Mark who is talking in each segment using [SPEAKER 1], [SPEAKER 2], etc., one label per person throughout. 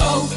[SPEAKER 1] Oh,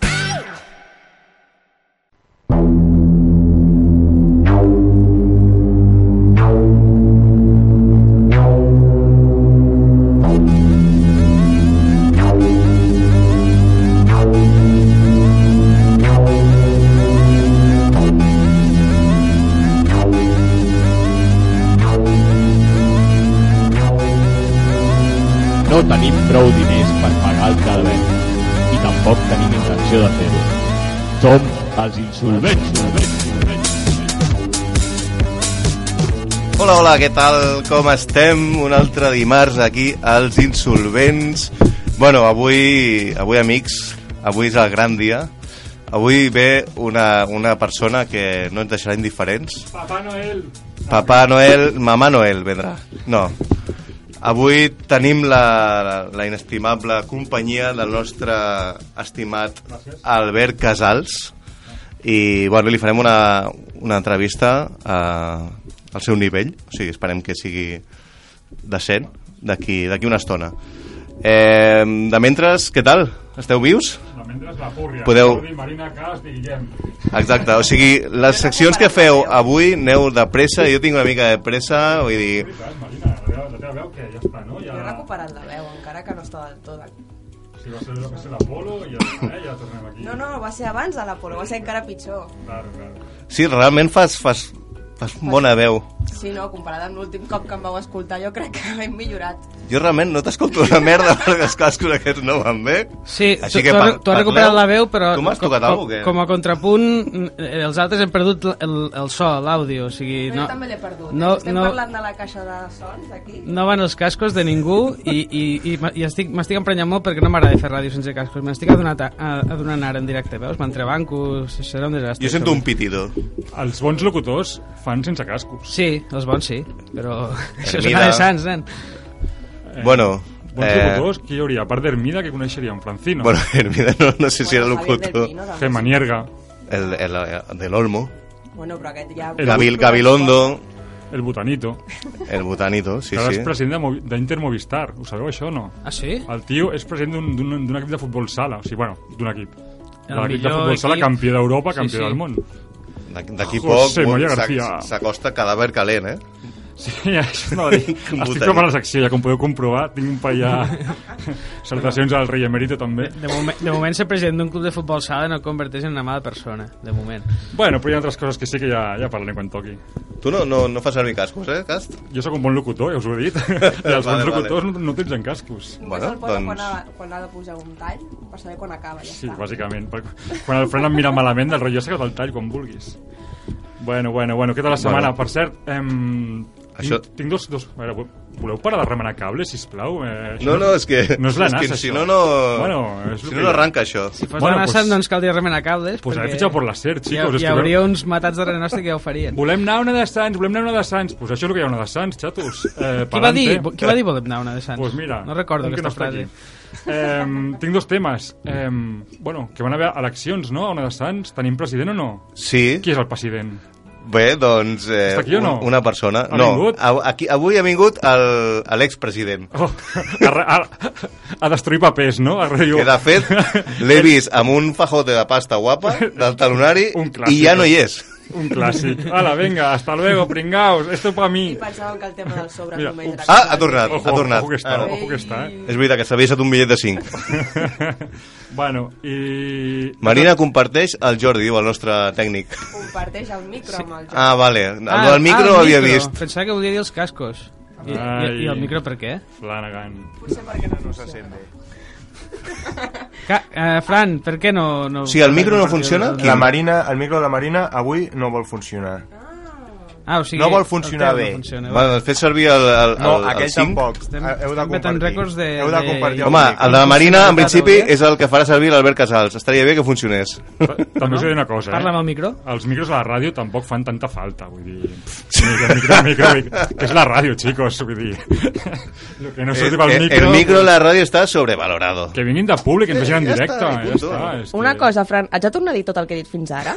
[SPEAKER 2] No tenim prou diners per pagar el calvet i tampoc tenim intenció de fer-ho. Som els insolvents.
[SPEAKER 3] Hola, hola, què tal? Com estem? Un altre dimarts aquí als Insolvents. Bueno, avui, avui amics, avui és el gran dia. Avui ve una, una persona que no ens deixarà indiferents.
[SPEAKER 4] Papá Noel.
[SPEAKER 3] Papà Noel, Mamà Noel vendrà. No. Avui tenim la, la inestimable companyia del nostre estimat Albert Casals i bueno, li farem una, una entrevista eh, al seu nivell, o sigui, esperem que sigui decent d'aquí d'aquí una estona. Eh, de mentres, què tal? Esteu vius?
[SPEAKER 4] No, mentre la púrria.
[SPEAKER 3] Podeu-
[SPEAKER 4] Jordi, Marina, Cas, i Guillem.
[SPEAKER 3] Exacte, o sigui, les seccions que feu avui aneu de pressa, jo tinc una mica de pressa, vull dir,
[SPEAKER 4] Saps, Marina, la teva, la teva veu que ja està, no?
[SPEAKER 5] Jo he
[SPEAKER 4] Ja,
[SPEAKER 5] recuperat la veu, encara que no està del tot.
[SPEAKER 4] si va ser, va ser l'Apolo i ja, està, eh, ja tornem aquí.
[SPEAKER 5] No, no, va ser abans de l'Apolo, va ser encara pitjor.
[SPEAKER 4] Claro, claro.
[SPEAKER 3] Sí, realment fas, fas, fas bona veu.
[SPEAKER 5] Sí, no, comparat amb l'últim cop que em vau escoltar, jo crec que hem millorat.
[SPEAKER 3] Jo realment no t'escolto una merda perquè els cascos aquests no van bé.
[SPEAKER 6] Sí, tu,
[SPEAKER 3] Així que
[SPEAKER 6] tu,
[SPEAKER 3] par-
[SPEAKER 6] has- tu has
[SPEAKER 3] parleu.
[SPEAKER 6] recuperat la veu, però...
[SPEAKER 3] Tu m'has
[SPEAKER 6] co-
[SPEAKER 3] tocat
[SPEAKER 6] co-
[SPEAKER 3] alguna cosa? eh?
[SPEAKER 6] Com a contrapunt, mm, eh, els altres hem perdut l- el, el so, l'àudio, o sigui...
[SPEAKER 5] Però
[SPEAKER 6] No,
[SPEAKER 5] jo també l'he perdut. eh?
[SPEAKER 6] No,
[SPEAKER 5] Estem
[SPEAKER 6] no,
[SPEAKER 5] parlant de la caixa de sons, aquí?
[SPEAKER 6] no van els cascos de ningú i, i, i, ma- i estic- m'estic emprenyant molt perquè no m'agrada fer ràdio sense cascos. M'estic adonant, a- a- adonant ara en directe, veus? M'entrebanco, serà un desastre.
[SPEAKER 3] Jo sento un
[SPEAKER 6] això.
[SPEAKER 3] pitido.
[SPEAKER 4] Els bons locutors fan sense cascos.
[SPEAKER 6] Sí, els bons sí, però...
[SPEAKER 3] Eh,
[SPEAKER 6] Això és
[SPEAKER 3] Hermida.
[SPEAKER 6] de Sants, nen.
[SPEAKER 3] Bueno,
[SPEAKER 4] Eh, Bons
[SPEAKER 3] eh,
[SPEAKER 4] locutors, qui hi hauria? A part d'Hermida, que coneixeríem Francino.
[SPEAKER 3] Bueno, Hermida no, no sé si era
[SPEAKER 5] Bueno, Javier
[SPEAKER 3] locutor.
[SPEAKER 5] del Pino, doncs. també.
[SPEAKER 4] Fer manierga.
[SPEAKER 3] El, el, el del Olmo.
[SPEAKER 5] Bueno, però aquest ja...
[SPEAKER 4] El-
[SPEAKER 3] Gabil, Gabilondo,
[SPEAKER 4] El Butanito.
[SPEAKER 3] el Botanito, sí,
[SPEAKER 4] que ara
[SPEAKER 3] sí.
[SPEAKER 4] és president de Movi- d'Intermovistar. Ho sabeu, això, o no?
[SPEAKER 6] Ah, sí?
[SPEAKER 4] El tio és president d'un- d'un d'un equip de futbol sala. O sigui, bueno, d'un equip.
[SPEAKER 6] El
[SPEAKER 4] De l'equip de
[SPEAKER 6] millor
[SPEAKER 4] futbol sala,
[SPEAKER 6] equip.
[SPEAKER 4] campió d'Europa,
[SPEAKER 6] Sí,
[SPEAKER 4] campió
[SPEAKER 6] sí.
[SPEAKER 4] del món.
[SPEAKER 3] D'aquí d'aquí poc
[SPEAKER 4] José María
[SPEAKER 3] s'ac-
[SPEAKER 4] García.
[SPEAKER 3] s'acosta cadàver calent, eh?
[SPEAKER 4] Sí, això no ho dic.
[SPEAKER 3] Un
[SPEAKER 4] Estic
[SPEAKER 3] botet.
[SPEAKER 4] preparant la secció, ja com podeu comprovar. Tinc un par ja salutacions al rei emèrito, també.
[SPEAKER 6] De moment, de moment ser president d'un club de futbol sala no et converteix en una mala persona, de moment.
[SPEAKER 4] Bueno, però hi ha altres coses que sí que ja, ja parlarem quan toqui.
[SPEAKER 3] Tu no, no, no fas servir cascos, eh, Cast?
[SPEAKER 4] Jo sóc un bon locutor, ja us ho he dit. I els
[SPEAKER 3] Vale,
[SPEAKER 4] bons
[SPEAKER 3] vale.
[SPEAKER 4] locutors no, no tens en cascos.
[SPEAKER 5] Bueno,
[SPEAKER 3] Bueno,
[SPEAKER 5] el posa doncs... quan,
[SPEAKER 3] doncs...
[SPEAKER 5] ha, quan ha de pujar un tall, per saber quan acaba, ja
[SPEAKER 4] Sí,
[SPEAKER 5] està.
[SPEAKER 4] bàsicament. perquè Quan el Fran em mira malament, del rotllo s'ha el tall quan vulguis. Bueno, bueno, bueno, què tal la setmana?
[SPEAKER 3] Bueno.
[SPEAKER 4] Per cert, em...
[SPEAKER 3] Això-
[SPEAKER 4] Tinc, tinc dos... dos... A veure, voleu parar de remenar cables, sisplau? Eh, això
[SPEAKER 3] No, no, és que...
[SPEAKER 4] No és la
[SPEAKER 3] és que
[SPEAKER 4] NASA,
[SPEAKER 3] si
[SPEAKER 4] això.
[SPEAKER 3] no, no...
[SPEAKER 4] Bueno, és
[SPEAKER 3] si
[SPEAKER 4] el
[SPEAKER 3] no,
[SPEAKER 4] que
[SPEAKER 3] no
[SPEAKER 4] hi ha.
[SPEAKER 3] arranca, això.
[SPEAKER 6] Si fos
[SPEAKER 4] Bueno,
[SPEAKER 6] bueno, la NASA,
[SPEAKER 4] pues-
[SPEAKER 6] pues, doncs caldria remenar cables.
[SPEAKER 4] Pues haver
[SPEAKER 6] perquè
[SPEAKER 4] fitxat por la SER, chicos,
[SPEAKER 6] Hi,
[SPEAKER 4] es
[SPEAKER 6] hi
[SPEAKER 4] que
[SPEAKER 6] hauria
[SPEAKER 4] veu-
[SPEAKER 6] uns matats darrere nostre que ja ho farien.
[SPEAKER 4] Volem anar a una de Sants, volem anar a una de Sants. Pues això és el que hi ha a una de Sants, xatos. Eh,
[SPEAKER 6] Qui va,
[SPEAKER 4] pa'lante.
[SPEAKER 6] dir, qui va dir volem anar a una de Sants?
[SPEAKER 4] Pues mira,
[SPEAKER 6] no recordo
[SPEAKER 4] un que
[SPEAKER 6] aquesta
[SPEAKER 4] no està
[SPEAKER 6] frase.
[SPEAKER 4] aquí. Eh, tinc dos temes. Eh, bueno, que van haver eleccions, no? A una de Sants. Tenim president o no?
[SPEAKER 3] Sí.
[SPEAKER 4] Qui és el president?
[SPEAKER 3] Bé, doncs... Eh,
[SPEAKER 4] Està aquí o no?
[SPEAKER 3] un- Una persona.
[SPEAKER 4] Ha
[SPEAKER 3] no,
[SPEAKER 4] vingut?
[SPEAKER 3] a- aquí, avui ha vingut el- l'expresident.
[SPEAKER 4] Oh, a, re- a, a destruir papers, no? A rotllo-
[SPEAKER 3] Que, de fet, l'he vist amb un fajote de pasta guapa del talonari
[SPEAKER 4] Un
[SPEAKER 3] i
[SPEAKER 4] clàssic.
[SPEAKER 3] ja no hi és.
[SPEAKER 4] Un clàssic. Hala, venga, hasta luego, pringaos, esto pa mi.
[SPEAKER 5] I pensàvem que el tema del sobre
[SPEAKER 4] Mira,
[SPEAKER 5] només era...
[SPEAKER 3] Ah, ha tornat,
[SPEAKER 4] Ojo,
[SPEAKER 3] ha tornat.
[SPEAKER 4] ojo que està,
[SPEAKER 3] Ah, no.
[SPEAKER 4] ojo que està, eh?
[SPEAKER 3] És veritat que s'havia estat un bitllet de 5.
[SPEAKER 4] Bueno, i...
[SPEAKER 3] Marina comparteix el Jordi, diu el nostre tècnic.
[SPEAKER 5] Comparteix el micro amb el Jordi.
[SPEAKER 3] Ah, vale. El del micro
[SPEAKER 6] ah, el
[SPEAKER 3] ho havia
[SPEAKER 6] micro.
[SPEAKER 3] vist.
[SPEAKER 6] Pensava que volia dir els cascos. I, i,
[SPEAKER 4] Ai.
[SPEAKER 6] I el micro per què?
[SPEAKER 4] Flanagan.
[SPEAKER 5] Potser perquè no funciona.
[SPEAKER 6] Ca eh, Fran, per què no... no
[SPEAKER 3] Si el micro no funciona,
[SPEAKER 7] La Marina, el micro de la Marina avui no vol funcionar.
[SPEAKER 6] Ah, o sigui,
[SPEAKER 7] No vol
[SPEAKER 6] el
[SPEAKER 7] funcionar
[SPEAKER 6] teu
[SPEAKER 7] bé.
[SPEAKER 6] No funciona,
[SPEAKER 3] Va,
[SPEAKER 6] vale.
[SPEAKER 3] el fet servir el, el,
[SPEAKER 7] No,
[SPEAKER 3] el, el
[SPEAKER 7] aquell
[SPEAKER 3] 5?
[SPEAKER 7] tampoc.
[SPEAKER 4] Ah,
[SPEAKER 6] Estem-
[SPEAKER 7] Heu de
[SPEAKER 6] estem petant
[SPEAKER 7] compartir.
[SPEAKER 6] rècords de-
[SPEAKER 7] Heu de
[SPEAKER 6] de-
[SPEAKER 7] compartir.
[SPEAKER 3] Home,
[SPEAKER 7] el
[SPEAKER 3] el de la Marina, en principi,
[SPEAKER 6] Catalunya.
[SPEAKER 3] és el que farà servir l'Albert Casals. Estaria bé que funcionés.
[SPEAKER 4] També us diré una cosa, eh?
[SPEAKER 6] Parla amb el micro.
[SPEAKER 4] els micros a la ràdio tampoc fan tanta falta, vull dir... Pff, micro, micro, micro, micro, que és la ràdio, chicos, vull dir... Lo que no surti pel
[SPEAKER 3] Eh, el,
[SPEAKER 4] micro...
[SPEAKER 3] el micro en la radio está sobrevalorado.
[SPEAKER 4] Que vinguin de públic, que ens vegin en
[SPEAKER 3] Ja
[SPEAKER 4] directe. eh,
[SPEAKER 3] està, i
[SPEAKER 4] Ja
[SPEAKER 3] punto.
[SPEAKER 4] està, és que-
[SPEAKER 5] Una cosa, Fran, haig de tornar a dir tot el que he dit fins ara?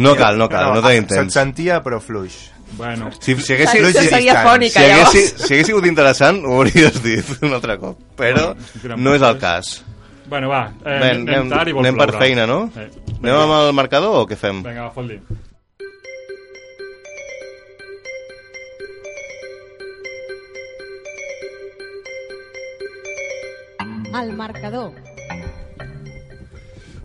[SPEAKER 3] No cal, no cal, no
[SPEAKER 8] Ah,
[SPEAKER 2] ah,
[SPEAKER 3] tenim
[SPEAKER 7] Se't
[SPEAKER 3] temps.
[SPEAKER 7] sentia, però fluix.
[SPEAKER 4] Bueno,
[SPEAKER 3] Si, si
[SPEAKER 5] Sí,
[SPEAKER 3] haguéssiu,
[SPEAKER 5] sí,
[SPEAKER 7] Fluix i
[SPEAKER 3] si,
[SPEAKER 5] seria
[SPEAKER 7] distants.
[SPEAKER 5] fònica, llavors.
[SPEAKER 3] haguéssiu, si hagués sigut interessant, ho hauries dit un altre cop. Però no és el cas.
[SPEAKER 4] bueno va, eh,
[SPEAKER 3] Ben,
[SPEAKER 4] anem,
[SPEAKER 3] anem,
[SPEAKER 4] tard i vol
[SPEAKER 3] anem per
[SPEAKER 4] ploure.
[SPEAKER 3] feina, no?
[SPEAKER 4] Eh,
[SPEAKER 3] Anem amb el marcador o què fem?
[SPEAKER 4] vinga, va, fot-li.
[SPEAKER 9] Al marcador.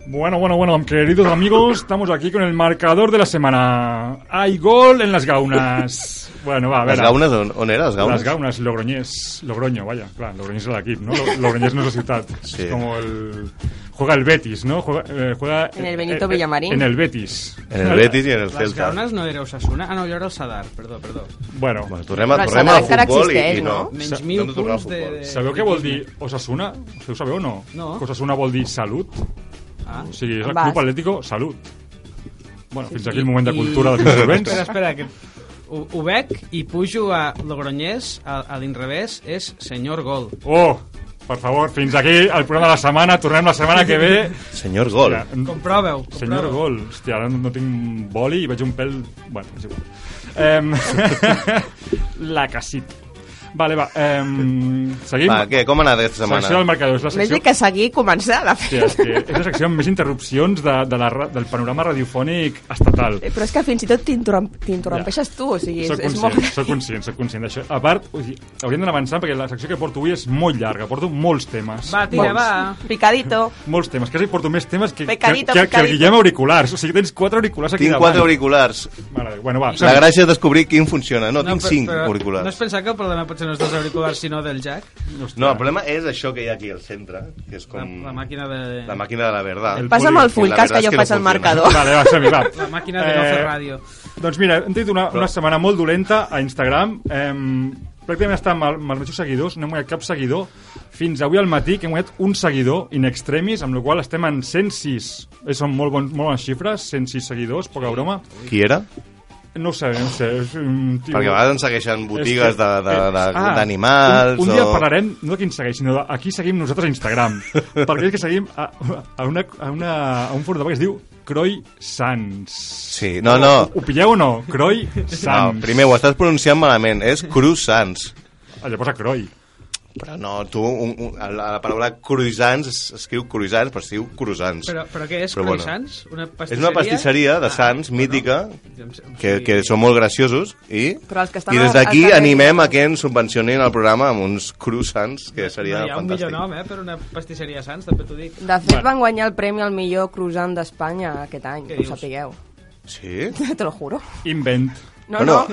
[SPEAKER 4] Bueno, bueno, bueno, queridos amigos, estamos aquí con el marcador de la semana. Hay gol en las gaunas. Bueno, va, a ver.
[SPEAKER 3] Les gaunes, on, on era? Les gaunes?
[SPEAKER 4] Las Gaunas, Logroñés, Logroño, vaya, claro, Logroñés era el equipo, ¿no? Lo- Logroñés no es la ciudad,
[SPEAKER 3] Sí.
[SPEAKER 4] es como el... Juega el Betis, ¿no? Juega, eh, juega
[SPEAKER 5] En el Benito Villamarín.
[SPEAKER 4] En el Betis.
[SPEAKER 3] En el Betis i en el
[SPEAKER 6] Les
[SPEAKER 3] Celta.
[SPEAKER 6] gaunes no era Osasuna. Ah, no, allò era el Sadar, perdó, perdó.
[SPEAKER 4] Bueno,
[SPEAKER 3] Bueno, tornem, a,
[SPEAKER 5] Però el
[SPEAKER 3] tornem al
[SPEAKER 5] Sadar encara
[SPEAKER 3] futbol i,
[SPEAKER 5] existeix,
[SPEAKER 3] i no.
[SPEAKER 5] no?
[SPEAKER 6] Menys
[SPEAKER 3] S'ha-
[SPEAKER 6] mil
[SPEAKER 3] hem de tornar al
[SPEAKER 6] punts de...
[SPEAKER 3] futbol.
[SPEAKER 6] de
[SPEAKER 4] sabeu què vol dir Osasuna? Si ho sabeu o no?
[SPEAKER 6] No.
[SPEAKER 4] Que Osasuna vol dir salut.
[SPEAKER 6] Ah.
[SPEAKER 4] O sigui, és el
[SPEAKER 5] Vas.
[SPEAKER 4] club atlètico salut. Bueno, fins aquí el moment de cultura dels insolvents.
[SPEAKER 6] Espera, espera, que ho, ho veig i pujo a Logroñés, a, a l'inrevés, és senyor Gol.
[SPEAKER 4] Oh, per favor, fins aquí el programa de la setmana. Tornem la setmana que ve.
[SPEAKER 3] Senyor Gol.
[SPEAKER 4] Ja,
[SPEAKER 6] Comproveu.
[SPEAKER 4] Senyor Gol, hòstia, ara no tinc boli i veig un pèl... Bueno, és igual. Em... la casita. Vale, va, em... seguim.
[SPEAKER 3] Va, què? Com ha anat aquesta
[SPEAKER 4] Secció del
[SPEAKER 3] setmana?
[SPEAKER 4] marcador. És la
[SPEAKER 5] Més
[SPEAKER 4] secció...
[SPEAKER 5] dir que seguir i començar la feina.
[SPEAKER 4] Hòstia, és, que és la secció amb més interrupcions de, de la, ra- del panorama radiofònic estatal.
[SPEAKER 5] Eh, Però és que fins i tot t'interromp- t'interrompeixes tu, o sigui, és,
[SPEAKER 4] Soc
[SPEAKER 5] és
[SPEAKER 4] conscient,
[SPEAKER 5] molt...
[SPEAKER 4] soc conscient, soc conscient d'això. A part, o sigui, hauríem d'anar avançant perquè la secció que porto avui és molt llarga, porto molts temes.
[SPEAKER 6] Va, tira, va.
[SPEAKER 5] Picadito.
[SPEAKER 4] Molts temes, quasi porto més temes que,
[SPEAKER 5] Pecadito,
[SPEAKER 4] que, que, que el
[SPEAKER 5] pecadito.
[SPEAKER 4] Guillem auriculars. O sigui, tens quatre auriculars aquí
[SPEAKER 3] Tinc
[SPEAKER 4] davant.
[SPEAKER 3] quatre auriculars.
[SPEAKER 4] Mare de Déu. Bueno, va,
[SPEAKER 3] La
[SPEAKER 4] som-hi.
[SPEAKER 3] gràcia és descobrir quin funciona. No, tinc
[SPEAKER 6] però-
[SPEAKER 3] cinc
[SPEAKER 6] però No
[SPEAKER 3] auriculars.
[SPEAKER 6] has pensat que el problema potser no és dels auriculars, sinó del jack?
[SPEAKER 3] No, el problema és això que hi ha aquí al centre, que és
[SPEAKER 6] La,
[SPEAKER 3] com...
[SPEAKER 6] la màquina de...
[SPEAKER 3] La màquina de la verdad.
[SPEAKER 4] El-
[SPEAKER 5] Passa'm el full
[SPEAKER 3] La
[SPEAKER 5] cas que
[SPEAKER 3] verdad és
[SPEAKER 5] jo
[SPEAKER 3] que no
[SPEAKER 5] faig el
[SPEAKER 3] funciona.
[SPEAKER 5] marcador.
[SPEAKER 4] Vale, va, som-hi, va.
[SPEAKER 6] La màquina de no fer ràdio.
[SPEAKER 4] Doncs mira, hem tingut una, una setmana molt dolenta a Instagram. Eh, pràcticament està amb, el, amb els mateixos seguidors, no hem guanyat cap seguidor. Fins avui al matí que hem guanyat un seguidor in extremis, amb la qual cosa estem en 106. Eh, són molt, bon, molt bones xifres, 106 seguidors, poca broma.
[SPEAKER 3] Qui era?
[SPEAKER 4] No ho sé, no ho sé. És un tio...
[SPEAKER 3] Perquè a vegades ens segueixen botigues
[SPEAKER 4] És que-
[SPEAKER 3] de- de- de-
[SPEAKER 4] Ah,
[SPEAKER 3] d'animals
[SPEAKER 4] Un, un dia
[SPEAKER 3] o-
[SPEAKER 4] parlarem, no de qui ens segueix, sinó de a qui seguim nosaltres a Instagram. perquè és que seguim a, a, una, a, una, a un fotògraf que es diu Croy Sans.
[SPEAKER 3] Sí, no, no.
[SPEAKER 4] Ho pilleu o no? Croy Sans.
[SPEAKER 3] No, primer ho estàs pronunciant malament, és croissants.
[SPEAKER 4] Allà posa Croy.
[SPEAKER 3] Però no, tu, un, un, a la, la paraula croissants es- escriu croissants, però es diu croissants.
[SPEAKER 6] Però, però què és?
[SPEAKER 3] Però bueno.
[SPEAKER 6] Croissants? Una
[SPEAKER 3] és
[SPEAKER 6] pastisseria? Doncs,
[SPEAKER 3] una pastisseria
[SPEAKER 4] Ah,
[SPEAKER 3] de Sants, mítica, que, que són molt graciosos, i,
[SPEAKER 5] Però els que estan
[SPEAKER 3] i
[SPEAKER 5] al-
[SPEAKER 3] des d'aquí
[SPEAKER 5] al carrer-
[SPEAKER 3] animem a que ens subvencionin el programa amb uns croissants, que seria
[SPEAKER 6] Hi ha un millor
[SPEAKER 3] fantàstic.
[SPEAKER 6] nom, eh, per una pastisseria de Sants, també t'ho dic.
[SPEAKER 5] De fet, van guanyar el premi al millor croissant d'Espanya aquest any, que
[SPEAKER 6] Què
[SPEAKER 5] ho
[SPEAKER 6] dius?
[SPEAKER 5] sapigueu.
[SPEAKER 3] Sí?
[SPEAKER 5] Te lo juro.
[SPEAKER 4] Invent.
[SPEAKER 5] No,
[SPEAKER 3] Bueno.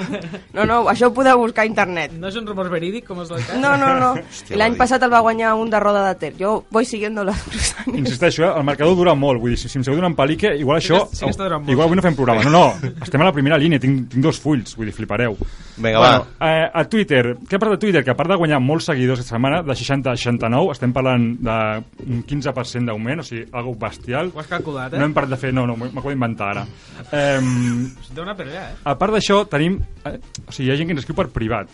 [SPEAKER 5] no, no, no, això ho podeu buscar a internet.
[SPEAKER 6] No és un rumor verídic, com és l'altre?
[SPEAKER 5] No, no, no.
[SPEAKER 3] Hòstia,
[SPEAKER 5] L'any
[SPEAKER 3] Eloi.
[SPEAKER 5] passat el va guanyar un de Roda de Ter. Jo voy siguiendo los croissants.
[SPEAKER 4] Insisteixo, eh? el marcador dura molt. Vull dir, si, si em seguiu donant palique, igual
[SPEAKER 6] Sí
[SPEAKER 4] això...
[SPEAKER 6] que- sí que està durant molt.
[SPEAKER 4] igual avui no fem programa. No, no, estem a la primera línia, tinc, tinc dos fulls, vull dir, flipareu.
[SPEAKER 3] Vinga,
[SPEAKER 4] bueno,
[SPEAKER 3] va.
[SPEAKER 4] eh, a Twitter, què ha passat a Twitter? Que a part de guanyar molts seguidors aquesta setmana, de 60 a 69, estem parlant d'un 15% d'augment, o sigui, algo bestial.
[SPEAKER 6] Ho has calculat,
[SPEAKER 4] No
[SPEAKER 6] eh?
[SPEAKER 4] hem parat de fer... No, no, m'ho m'acabo d'inventar ara. Eh,
[SPEAKER 6] Deu anar per allà, eh?
[SPEAKER 4] a part d'això, tenim... Eh, o sigui, hi ha gent que ens escriu per privat.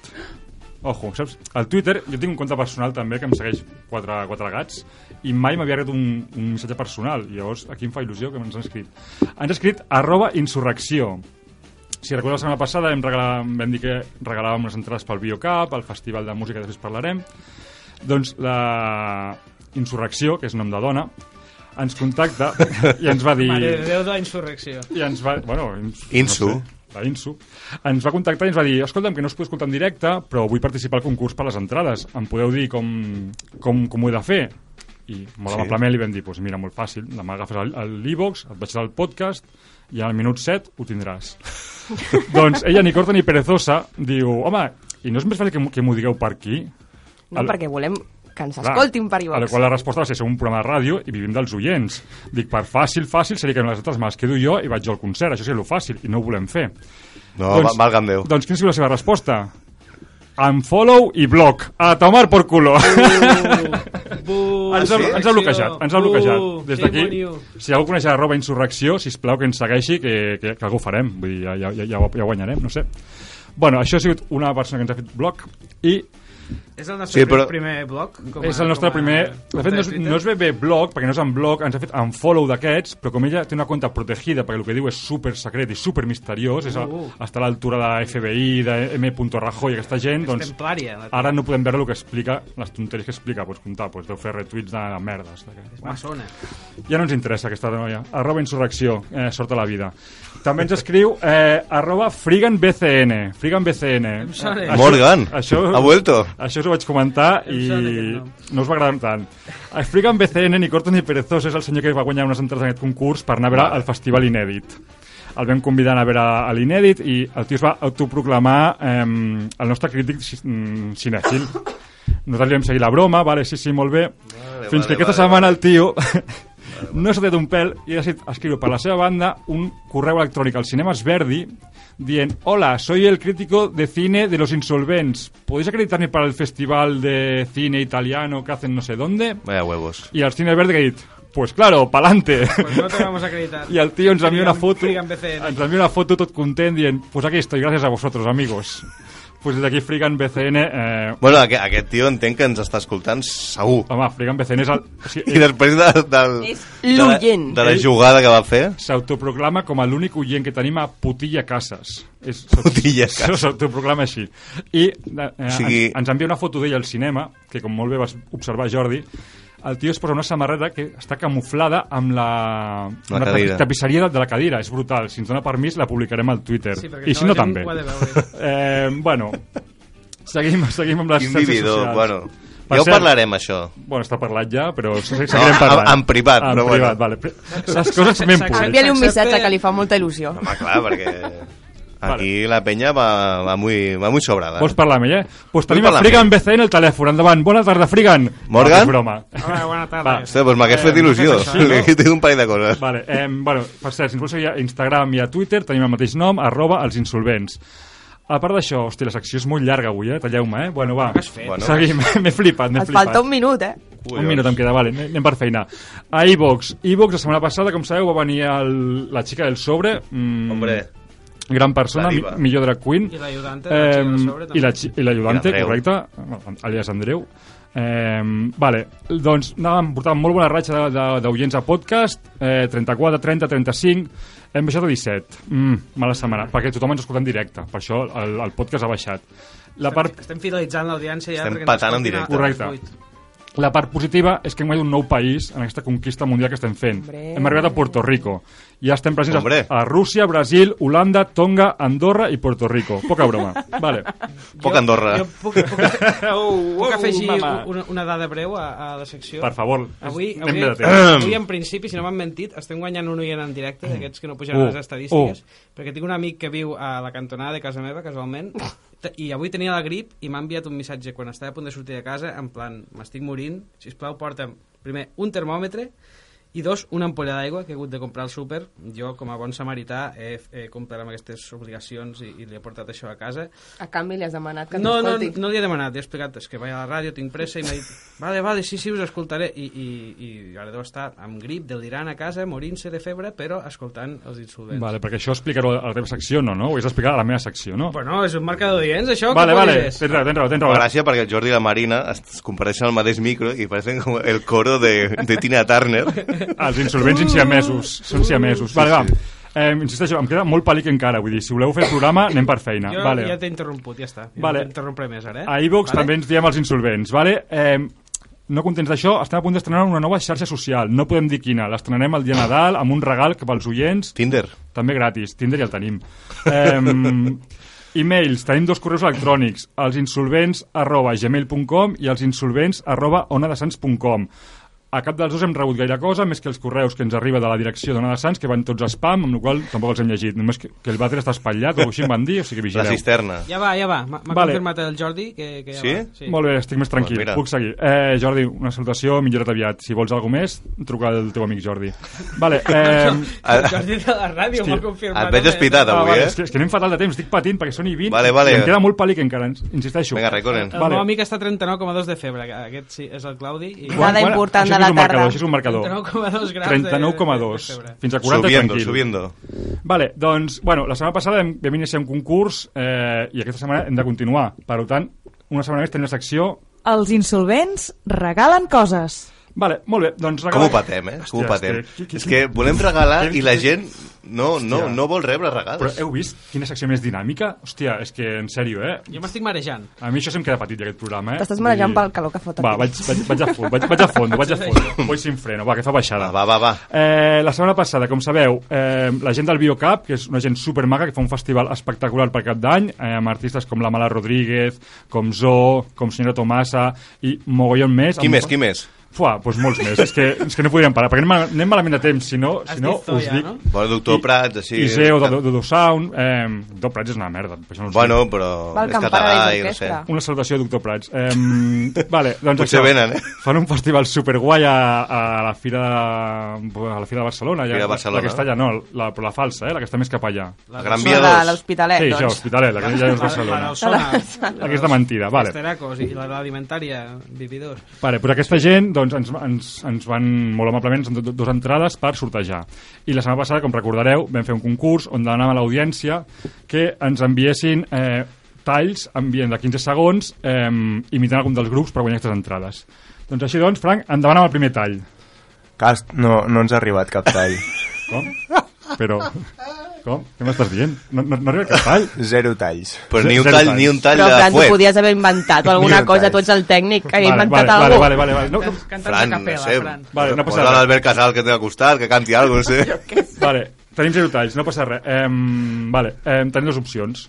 [SPEAKER 4] Ojo, saps? Al Twitter, jo tinc un compte personal també que em segueix quatre, quatre gats i mai m'havia arribat un, un missatge personal. I llavors, aquí em fa il·lusió que ens han escrit. Ens ha escrit arroba insurrecció. Si recordes la setmana passada vam, regalar, vam dir que regalàvem les entrades pel Biocap, al Festival de Música, després parlarem. Doncs la insurrecció, que és nom de dona, ens contacta i ens va dir...
[SPEAKER 6] Mare de Déu de la insurrecció.
[SPEAKER 4] I ens va... Bueno, ins,
[SPEAKER 3] Insu.
[SPEAKER 4] No sé, la Insu. Ens va contactar i ens va dir escolta'm, que no us puc escoltar en directe, però vull participar al concurs per les entrades. Em podeu dir com, com, com ho he de fer? I molt
[SPEAKER 3] Sí.
[SPEAKER 4] amablement li vam dir, pues mira, molt fàcil, demà agafes l'e-box, et baixes al podcast i al minut 7 ho tindràs. doncs ella, ni corta ni perezosa, diu, home, i no és més fàcil que, m'ho- que m'ho digueu per aquí?
[SPEAKER 5] No, perquè volem
[SPEAKER 7] que ens escoltin per
[SPEAKER 4] A la
[SPEAKER 7] iVox.
[SPEAKER 4] qual la resposta va ser som un programa de ràdio i vivim dels oients. Dic, per fàcil, fàcil, seria que nosaltres me les quedo jo i vaig jo al concert. Això seria lo fàcil i no ho volem fer.
[SPEAKER 3] No, va- valga'm Déu.
[SPEAKER 4] Doncs quina ha sigut la seva resposta? Unfollow i block. A tomar por culo. ens, ha, ens ha bloquejat, ens ha bloquejat.
[SPEAKER 6] Uh,
[SPEAKER 4] Des d'aquí, si algú coneix arroba insurrecció, sisplau que ens segueixi, que, que, que algú ho farem. Vull dir, ja, ja, ja, ja, ho- ja ho guanyarem, no sé. Bueno, això ha sigut una persona que ens ha fet blog i
[SPEAKER 6] És el
[SPEAKER 3] Sí,
[SPEAKER 6] nostre
[SPEAKER 3] però-
[SPEAKER 6] primer blog? Com
[SPEAKER 4] és el nostre
[SPEAKER 6] com
[SPEAKER 4] primer... De fet, no és,
[SPEAKER 6] Twitter?
[SPEAKER 4] no és ben bé blog, perquè no és en blog, ens ha fet en follow d'aquests, però com ella té una conta protegida, perquè el que diu és super secret i super misteriós, és a,
[SPEAKER 6] Uh.
[SPEAKER 4] està a l'altura de FBI, de M. Rajoy, aquesta gent, doncs...
[SPEAKER 6] Templària. La
[SPEAKER 4] Ara no podem veure el que explica, les tonteries que explica, pots comptar, doncs deu fer retuits de merdes. d'aquelles. Bueno,
[SPEAKER 6] maçona.
[SPEAKER 4] ja no ens interessa aquesta noia. Arroba insurrecció, eh, sort a la vida. També ens escriu eh, arroba friganbcn. Friganbcn.
[SPEAKER 6] sona.
[SPEAKER 4] Eh, això-
[SPEAKER 3] Morgan, ha vuelto.
[SPEAKER 4] Això us ho vaig comentar i
[SPEAKER 6] sona aquest nom.
[SPEAKER 4] no us va agradar tant. Frigan BCN, ni corto ni perezoso, és el senyor que va guanyar unes entrades en aquest concurs per anar a veure el Festival Inèdit. El vam convidar a anar a veure a l'Inèdit i el tio es va autoproclamar eh, el nostre crític ci- mm, cinèfil. Nosaltres li vam seguir la broma, vale, sí, sí, molt bé. Vale, Fins
[SPEAKER 3] vale,
[SPEAKER 4] que aquesta
[SPEAKER 3] vale,
[SPEAKER 4] setmana el tio no s'ha tret un pèl i ha decidit escriure per la seva banda un correu electrònic al Cinema Esverdi dient Hola, soy el crítico de cine de los insolvents. ¿Podéis acreditarme para el festival de cine italiano que hacen no sé dónde?
[SPEAKER 3] Vaya huevos.
[SPEAKER 4] I al Cine Esverdi que ha dit Pues claro, pa'lante.
[SPEAKER 6] Pues no te vamos a acreditar.
[SPEAKER 4] I el tio ens envia una foto,
[SPEAKER 6] Frigan
[SPEAKER 4] ens
[SPEAKER 6] BCN.
[SPEAKER 4] envia una foto tot content dient Pues aquí estoy, gracias a vosotros, amigos. Pues des d'aquí Frigan BCN... Eh,
[SPEAKER 3] Bueno, aquest, aquest tio entenc que ens està escoltant segur.
[SPEAKER 4] home, Frigan BCN és el... o sigui,
[SPEAKER 3] I després de, del,
[SPEAKER 5] És
[SPEAKER 3] de, la,
[SPEAKER 5] l'oient.
[SPEAKER 3] de la jugada que va fer...
[SPEAKER 4] s'autoproclama com a l'únic oient que tenim a Putilla Casas. És,
[SPEAKER 3] Putilla Casas.
[SPEAKER 4] S'autoproclama així. I eh, o sigui...
[SPEAKER 3] sigui-
[SPEAKER 4] ens, ens envia una foto d'ell al cinema, que com molt bé vas observar, Jordi, el tio es posa una samarreta que està camuflada amb la, amb la
[SPEAKER 3] cadira.
[SPEAKER 4] tapisseria de, de la cadira. És brutal. Si ens dona permís, la publicarem al Twitter.
[SPEAKER 6] Sí, perquè
[SPEAKER 4] I si no,
[SPEAKER 6] la gent
[SPEAKER 4] també.
[SPEAKER 6] ho ha de veure.
[SPEAKER 4] eh, bueno, seguim, seguim amb les
[SPEAKER 3] Quin
[SPEAKER 4] xarxes
[SPEAKER 3] vividor,
[SPEAKER 4] socials.
[SPEAKER 3] bueno.
[SPEAKER 4] Per
[SPEAKER 3] Ja ho
[SPEAKER 4] cert-
[SPEAKER 3] parlarem, això.
[SPEAKER 4] Bueno, està parlat ja, però se- seguirem parlant.
[SPEAKER 3] en- en privat,
[SPEAKER 4] en
[SPEAKER 3] però
[SPEAKER 4] privat,
[SPEAKER 3] bueno.
[SPEAKER 4] Vale. Les coses ben públiques.
[SPEAKER 5] Envia-li un
[SPEAKER 6] S'accepta-
[SPEAKER 5] missatge que li fa molta il·lusió.
[SPEAKER 3] Home, clar, perquè... Aquí la penya va, va, muy, va muy sobrada.
[SPEAKER 4] Vols parlar amb ell, eh? Pues tenim
[SPEAKER 3] parlar
[SPEAKER 4] a
[SPEAKER 3] amb
[SPEAKER 4] Frigan
[SPEAKER 3] ell.
[SPEAKER 4] BCN al telèfon. Endavant. Bona tarda, Frigan.
[SPEAKER 3] Morgan?
[SPEAKER 4] No, és broma.
[SPEAKER 6] Hola, bona tarda.
[SPEAKER 4] Ah, Va.
[SPEAKER 3] Hòstia, doncs m'hagués fet il·lusió, perquè aquí tinc un parell de coses.
[SPEAKER 4] Vale, eh, bueno, per cert, si ens vols seguir a Instagram i a Twitter, tenim el mateix nom, arroba els insolvents. A part d'això, hòstia, la secció és molt llarga avui, eh? Talleu-me, eh? Bueno, va.
[SPEAKER 6] Què has fet?
[SPEAKER 3] Bueno.
[SPEAKER 4] Seguim, m'he flipat, m'he
[SPEAKER 5] Et
[SPEAKER 4] flipat.
[SPEAKER 5] falta un minut, eh?
[SPEAKER 4] Un minut em queda, vale, anem per feina. A iVox. iVox, la setmana passada, com sabeu, va venir el, la xica del sobre. Mm,
[SPEAKER 3] Hombre,
[SPEAKER 4] Gran persona,
[SPEAKER 3] La
[SPEAKER 4] mi,
[SPEAKER 3] diva.
[SPEAKER 4] millor drag queen.
[SPEAKER 6] I l'ajudante, la xica del sobre, també.
[SPEAKER 4] I la chi- I l'ajudante,
[SPEAKER 3] I l'Andreu.
[SPEAKER 4] correcte, alias Andreu. Eh, vale, doncs anàvem portant molt bona ratxa de- de- d'oients a podcast, eh, 34, 30, 35, hem baixat a 17. Mm, mala setmana, perquè tothom ens escolta en directe, per això el, el podcast ha baixat. La part
[SPEAKER 6] Estem fidelitzant l'audiència ja.
[SPEAKER 3] Estem
[SPEAKER 6] perquè ens
[SPEAKER 3] patant en
[SPEAKER 6] escoltin
[SPEAKER 3] directe.
[SPEAKER 6] a
[SPEAKER 4] Correcte.
[SPEAKER 6] Correcte.
[SPEAKER 4] La part positiva és que hem guanyat un nou país en aquesta conquista mundial que estem fent.
[SPEAKER 5] Hombre.
[SPEAKER 4] Hem arribat a Puerto Rico. Ja estem presents a,
[SPEAKER 3] Hombre.
[SPEAKER 4] a Rússia, Brasil, Holanda, Tonga, Andorra i Puerto Rico. Poca broma. Vale.
[SPEAKER 3] poc Andorra.
[SPEAKER 6] Jo puc, puc, puc afegir
[SPEAKER 4] Oh, mama.
[SPEAKER 6] una, una dada breu a, a la secció?
[SPEAKER 4] Per favor.
[SPEAKER 6] Avui,
[SPEAKER 4] anem
[SPEAKER 6] avui,
[SPEAKER 4] bé de
[SPEAKER 6] avui,
[SPEAKER 4] temps.
[SPEAKER 6] en principi, si no m'han mentit, estem guanyant un oient en directe, d'aquests que no pugen
[SPEAKER 4] Uh,
[SPEAKER 6] a les estadístiques, perquè tinc un amic que viu a la cantonada de casa meva, casualment, t- i avui tenia la grip i m'ha enviat un missatge quan estava a punt de sortir de casa, en plan, m'estic morint, si plau porta'm, primer, un termòmetre, i dos, una ampolla d'aigua que he hagut de comprar al súper. Jo, com a bon samarità, he, he comprat amb aquestes obligacions i, i li he portat això a casa.
[SPEAKER 5] A canvi li has demanat que
[SPEAKER 6] No, no,
[SPEAKER 5] t'escolti.
[SPEAKER 6] no li he demanat, li he explicat, és que vaig a la ràdio, tinc pressa, i m'ha dit, vale, vale, sí, sí, us escoltaré. I, i, i ara deu estar amb grip, delirant a casa, morint-se de febre, però escoltant els insolvents.
[SPEAKER 4] Vale, perquè això explicar-ho a la teva secció no, no? Ho has d'explicar a la meva secció, no?
[SPEAKER 6] Bueno, és un marca d'audients, això?
[SPEAKER 4] vale,
[SPEAKER 6] què
[SPEAKER 4] vale,
[SPEAKER 6] vols
[SPEAKER 4] tens
[SPEAKER 6] dir?
[SPEAKER 4] raó, tens raó, tens raó.
[SPEAKER 3] Gràcia perquè el Jordi i la Marina es compareixen al mateix micro i parecen com el coro de, de Tina Turner.
[SPEAKER 4] Els insolvents uh, siamesos. Són siamesos. Vale, va. Eh, insisteixo, em queda molt pelic encara, vull dir, si voleu fer el programa, anem per feina.
[SPEAKER 6] Jo
[SPEAKER 4] vale.
[SPEAKER 6] ja t'he interromput, ja està.
[SPEAKER 4] Vale.
[SPEAKER 6] Vale. No t'interrompré més, ara, eh?
[SPEAKER 4] A iVox vale? també ens diem els insolvents, vale? Eh, no contents d'això, estem a punt d'estrenar una nova xarxa social. No podem dir quina. L'estrenarem el dia Nadal amb un regal que pels oients,
[SPEAKER 3] Tinder.
[SPEAKER 4] també gratis. Tinder ja el tenim. Eh, e-mails. Tenim dos correus electrònics. Els insolvents arroba gmail.com i els insolvents arroba onadesans.com. a cap dels dos hem rebut gaire cosa, més que els correus que ens arriba de la direcció d'Ona de Sants, que van tots a spam, amb la qual cosa tampoc els hem llegit. Només que, que el vàter està espatllat, o així em van dir, o sigui que
[SPEAKER 3] La
[SPEAKER 4] vigileu.
[SPEAKER 3] cisterna.
[SPEAKER 6] Ja va, ja va. M'ha m'ha
[SPEAKER 4] Vale.
[SPEAKER 6] confirmat el Jordi que, que ja
[SPEAKER 3] Sí?
[SPEAKER 6] va.
[SPEAKER 4] Molt bé, estic més tranquil,
[SPEAKER 3] Doncs mira.
[SPEAKER 4] puc seguir. Eh, Jordi, una salutació, millorat aviat. Si vols alguna més, truca al teu amic Jordi. Vale, eh,
[SPEAKER 6] El
[SPEAKER 3] Ah,
[SPEAKER 6] Jordi de la ràdio m'ha confirmat.
[SPEAKER 3] Et veig
[SPEAKER 6] home.
[SPEAKER 3] hospitat
[SPEAKER 4] ah,
[SPEAKER 3] avui,
[SPEAKER 4] vale,
[SPEAKER 3] eh?
[SPEAKER 4] és, que, és que anem fatal de temps, estic patint perquè són i 20
[SPEAKER 3] Vale, vale.
[SPEAKER 4] i em queda molt pàl·lic encara, ins- insisteixo.
[SPEAKER 3] Vinga, recorren.
[SPEAKER 6] El
[SPEAKER 4] Vale.
[SPEAKER 6] meu amic està a 39,2 de febre. Aquest sí, és el Claudi. I...
[SPEAKER 4] Quan- quan-
[SPEAKER 7] important
[SPEAKER 4] això
[SPEAKER 7] de
[SPEAKER 4] sí
[SPEAKER 7] la
[SPEAKER 4] és un
[SPEAKER 7] tarda.
[SPEAKER 4] Marcador, això és un marcador.
[SPEAKER 6] 39,2 graus de-
[SPEAKER 4] 39,2.
[SPEAKER 6] de febre.
[SPEAKER 4] Fins a 40,
[SPEAKER 3] Subiendo,
[SPEAKER 4] tranquil.
[SPEAKER 3] subiendo.
[SPEAKER 4] Vale, doncs, bueno, la setmana passada vam, vam iniciar un concurs eh, i aquesta setmana hem de continuar. Per tant, una setmana més tenim la secció...
[SPEAKER 7] Els insolvents regalen coses.
[SPEAKER 4] Vale, molt bé, doncs...
[SPEAKER 3] Com ho patem, eh? Com ho
[SPEAKER 4] Hòstia,
[SPEAKER 3] patem.
[SPEAKER 4] és que- qui-
[SPEAKER 3] És que volem regalar i la gent no, no,
[SPEAKER 4] Hòstia.
[SPEAKER 3] no vol rebre
[SPEAKER 4] Però eh,
[SPEAKER 3] regals.
[SPEAKER 4] heu vist quina secció més dinàmica? Hòstia, és que, en sèrio, eh?
[SPEAKER 6] Jo m'estic marejant.
[SPEAKER 4] A mi això se'm queda petit, ja, aquest programa, eh?
[SPEAKER 7] T'estàs marejant
[SPEAKER 4] Vull dir-
[SPEAKER 7] pel calor que fot
[SPEAKER 4] Va,
[SPEAKER 7] aquí.
[SPEAKER 4] vaig, vaig, vaig a fons, vaig, vaig a fons, vaig a fons. Vull sin freno, va, que fa baixada.
[SPEAKER 3] Va, va, va, va.
[SPEAKER 4] Eh, la setmana passada, com sabeu, eh, la gent del Biocap, que és una gent supermaga, que fa un festival espectacular per cap d'any, eh, amb artistes com la Mala Rodríguez, com Zo, com Senyora Tomasa i mogollon més.
[SPEAKER 3] Qui
[SPEAKER 4] Amb-
[SPEAKER 3] més, qui més?
[SPEAKER 4] Fuà, doncs molts més. és, que, és que no podríem parar, perquè anem, mal- anem malament de temps, si no,
[SPEAKER 6] Has
[SPEAKER 4] si no
[SPEAKER 6] dit
[SPEAKER 4] us
[SPEAKER 6] Zoya,
[SPEAKER 4] dic...
[SPEAKER 6] no?
[SPEAKER 3] Bueno, doctor
[SPEAKER 4] I-
[SPEAKER 3] Prats, així...
[SPEAKER 4] Iseo, de, de, de Sound... Eh, Doctor Prats és una merda. per Això no us
[SPEAKER 3] Bueno,
[SPEAKER 4] dic.
[SPEAKER 3] però és
[SPEAKER 7] Val que em
[SPEAKER 3] català
[SPEAKER 7] para
[SPEAKER 3] i no sé.
[SPEAKER 7] l'orquestra.
[SPEAKER 4] Una salutació a Doctor Prats. Eh, vale, doncs
[SPEAKER 3] Potser
[SPEAKER 4] això.
[SPEAKER 3] venen, eh?
[SPEAKER 4] Fan un festival superguai a, a la Fira de, a la Fira de Barcelona.
[SPEAKER 3] Fira de
[SPEAKER 4] la-
[SPEAKER 3] Barcelona.
[SPEAKER 4] La que està allà, no, la, però la falsa, eh? la que està més cap allà.
[SPEAKER 3] La Gran
[SPEAKER 7] Són
[SPEAKER 3] Via
[SPEAKER 7] de
[SPEAKER 3] 2.
[SPEAKER 7] l'Hospitalet,
[SPEAKER 4] sí, això,
[SPEAKER 7] doncs.
[SPEAKER 4] Hospitalet, la que ja és
[SPEAKER 6] La, la
[SPEAKER 4] Barcelona.
[SPEAKER 6] Solsona,
[SPEAKER 4] Aquesta mentida,
[SPEAKER 6] vale.
[SPEAKER 4] vale.
[SPEAKER 6] Esteracos i la de l'alimentària, vividors.
[SPEAKER 4] Vale, però aquesta gent doncs, ens, ens, ens van molt amablement, són do- dues entrades per sortejar. I la setmana passada, com recordareu, vam fer un concurs on demanàvem a l'audiència que ens enviessin eh, talls ambient de 15 segons eh, imitant algun dels grups per guanyar aquestes entrades. Doncs així doncs, Frank, endavant amb el primer tall.
[SPEAKER 8] Cast, no, no ens ha arribat cap tall.
[SPEAKER 4] Com? Però... Com? Què m'estàs dient? No, no, no arriba cap tall?
[SPEAKER 8] Zero talls.
[SPEAKER 3] Però ni un
[SPEAKER 4] Zero
[SPEAKER 3] tall,
[SPEAKER 4] talls.
[SPEAKER 3] ni un tall
[SPEAKER 7] Però,
[SPEAKER 3] de
[SPEAKER 7] Fran, t'ho
[SPEAKER 3] fuet.
[SPEAKER 7] podies haver inventat o alguna
[SPEAKER 8] Ni
[SPEAKER 7] cosa,
[SPEAKER 8] detalls.
[SPEAKER 7] tu ets el tècnic, que havia inventat
[SPEAKER 4] vale,
[SPEAKER 7] alguna
[SPEAKER 4] vale, vale, vale. No, no,
[SPEAKER 6] Cantant
[SPEAKER 3] Fran,
[SPEAKER 6] a
[SPEAKER 3] no
[SPEAKER 6] capella,
[SPEAKER 3] sé.
[SPEAKER 6] Fran.
[SPEAKER 4] Vale, no passa
[SPEAKER 3] Posa
[SPEAKER 4] res.
[SPEAKER 3] l'Albert Casal, que té al costat, que canti alguna cosa, no sé.
[SPEAKER 4] Vale, tenim zero talls, no passa res. Um, vale, um, tenim dues opcions.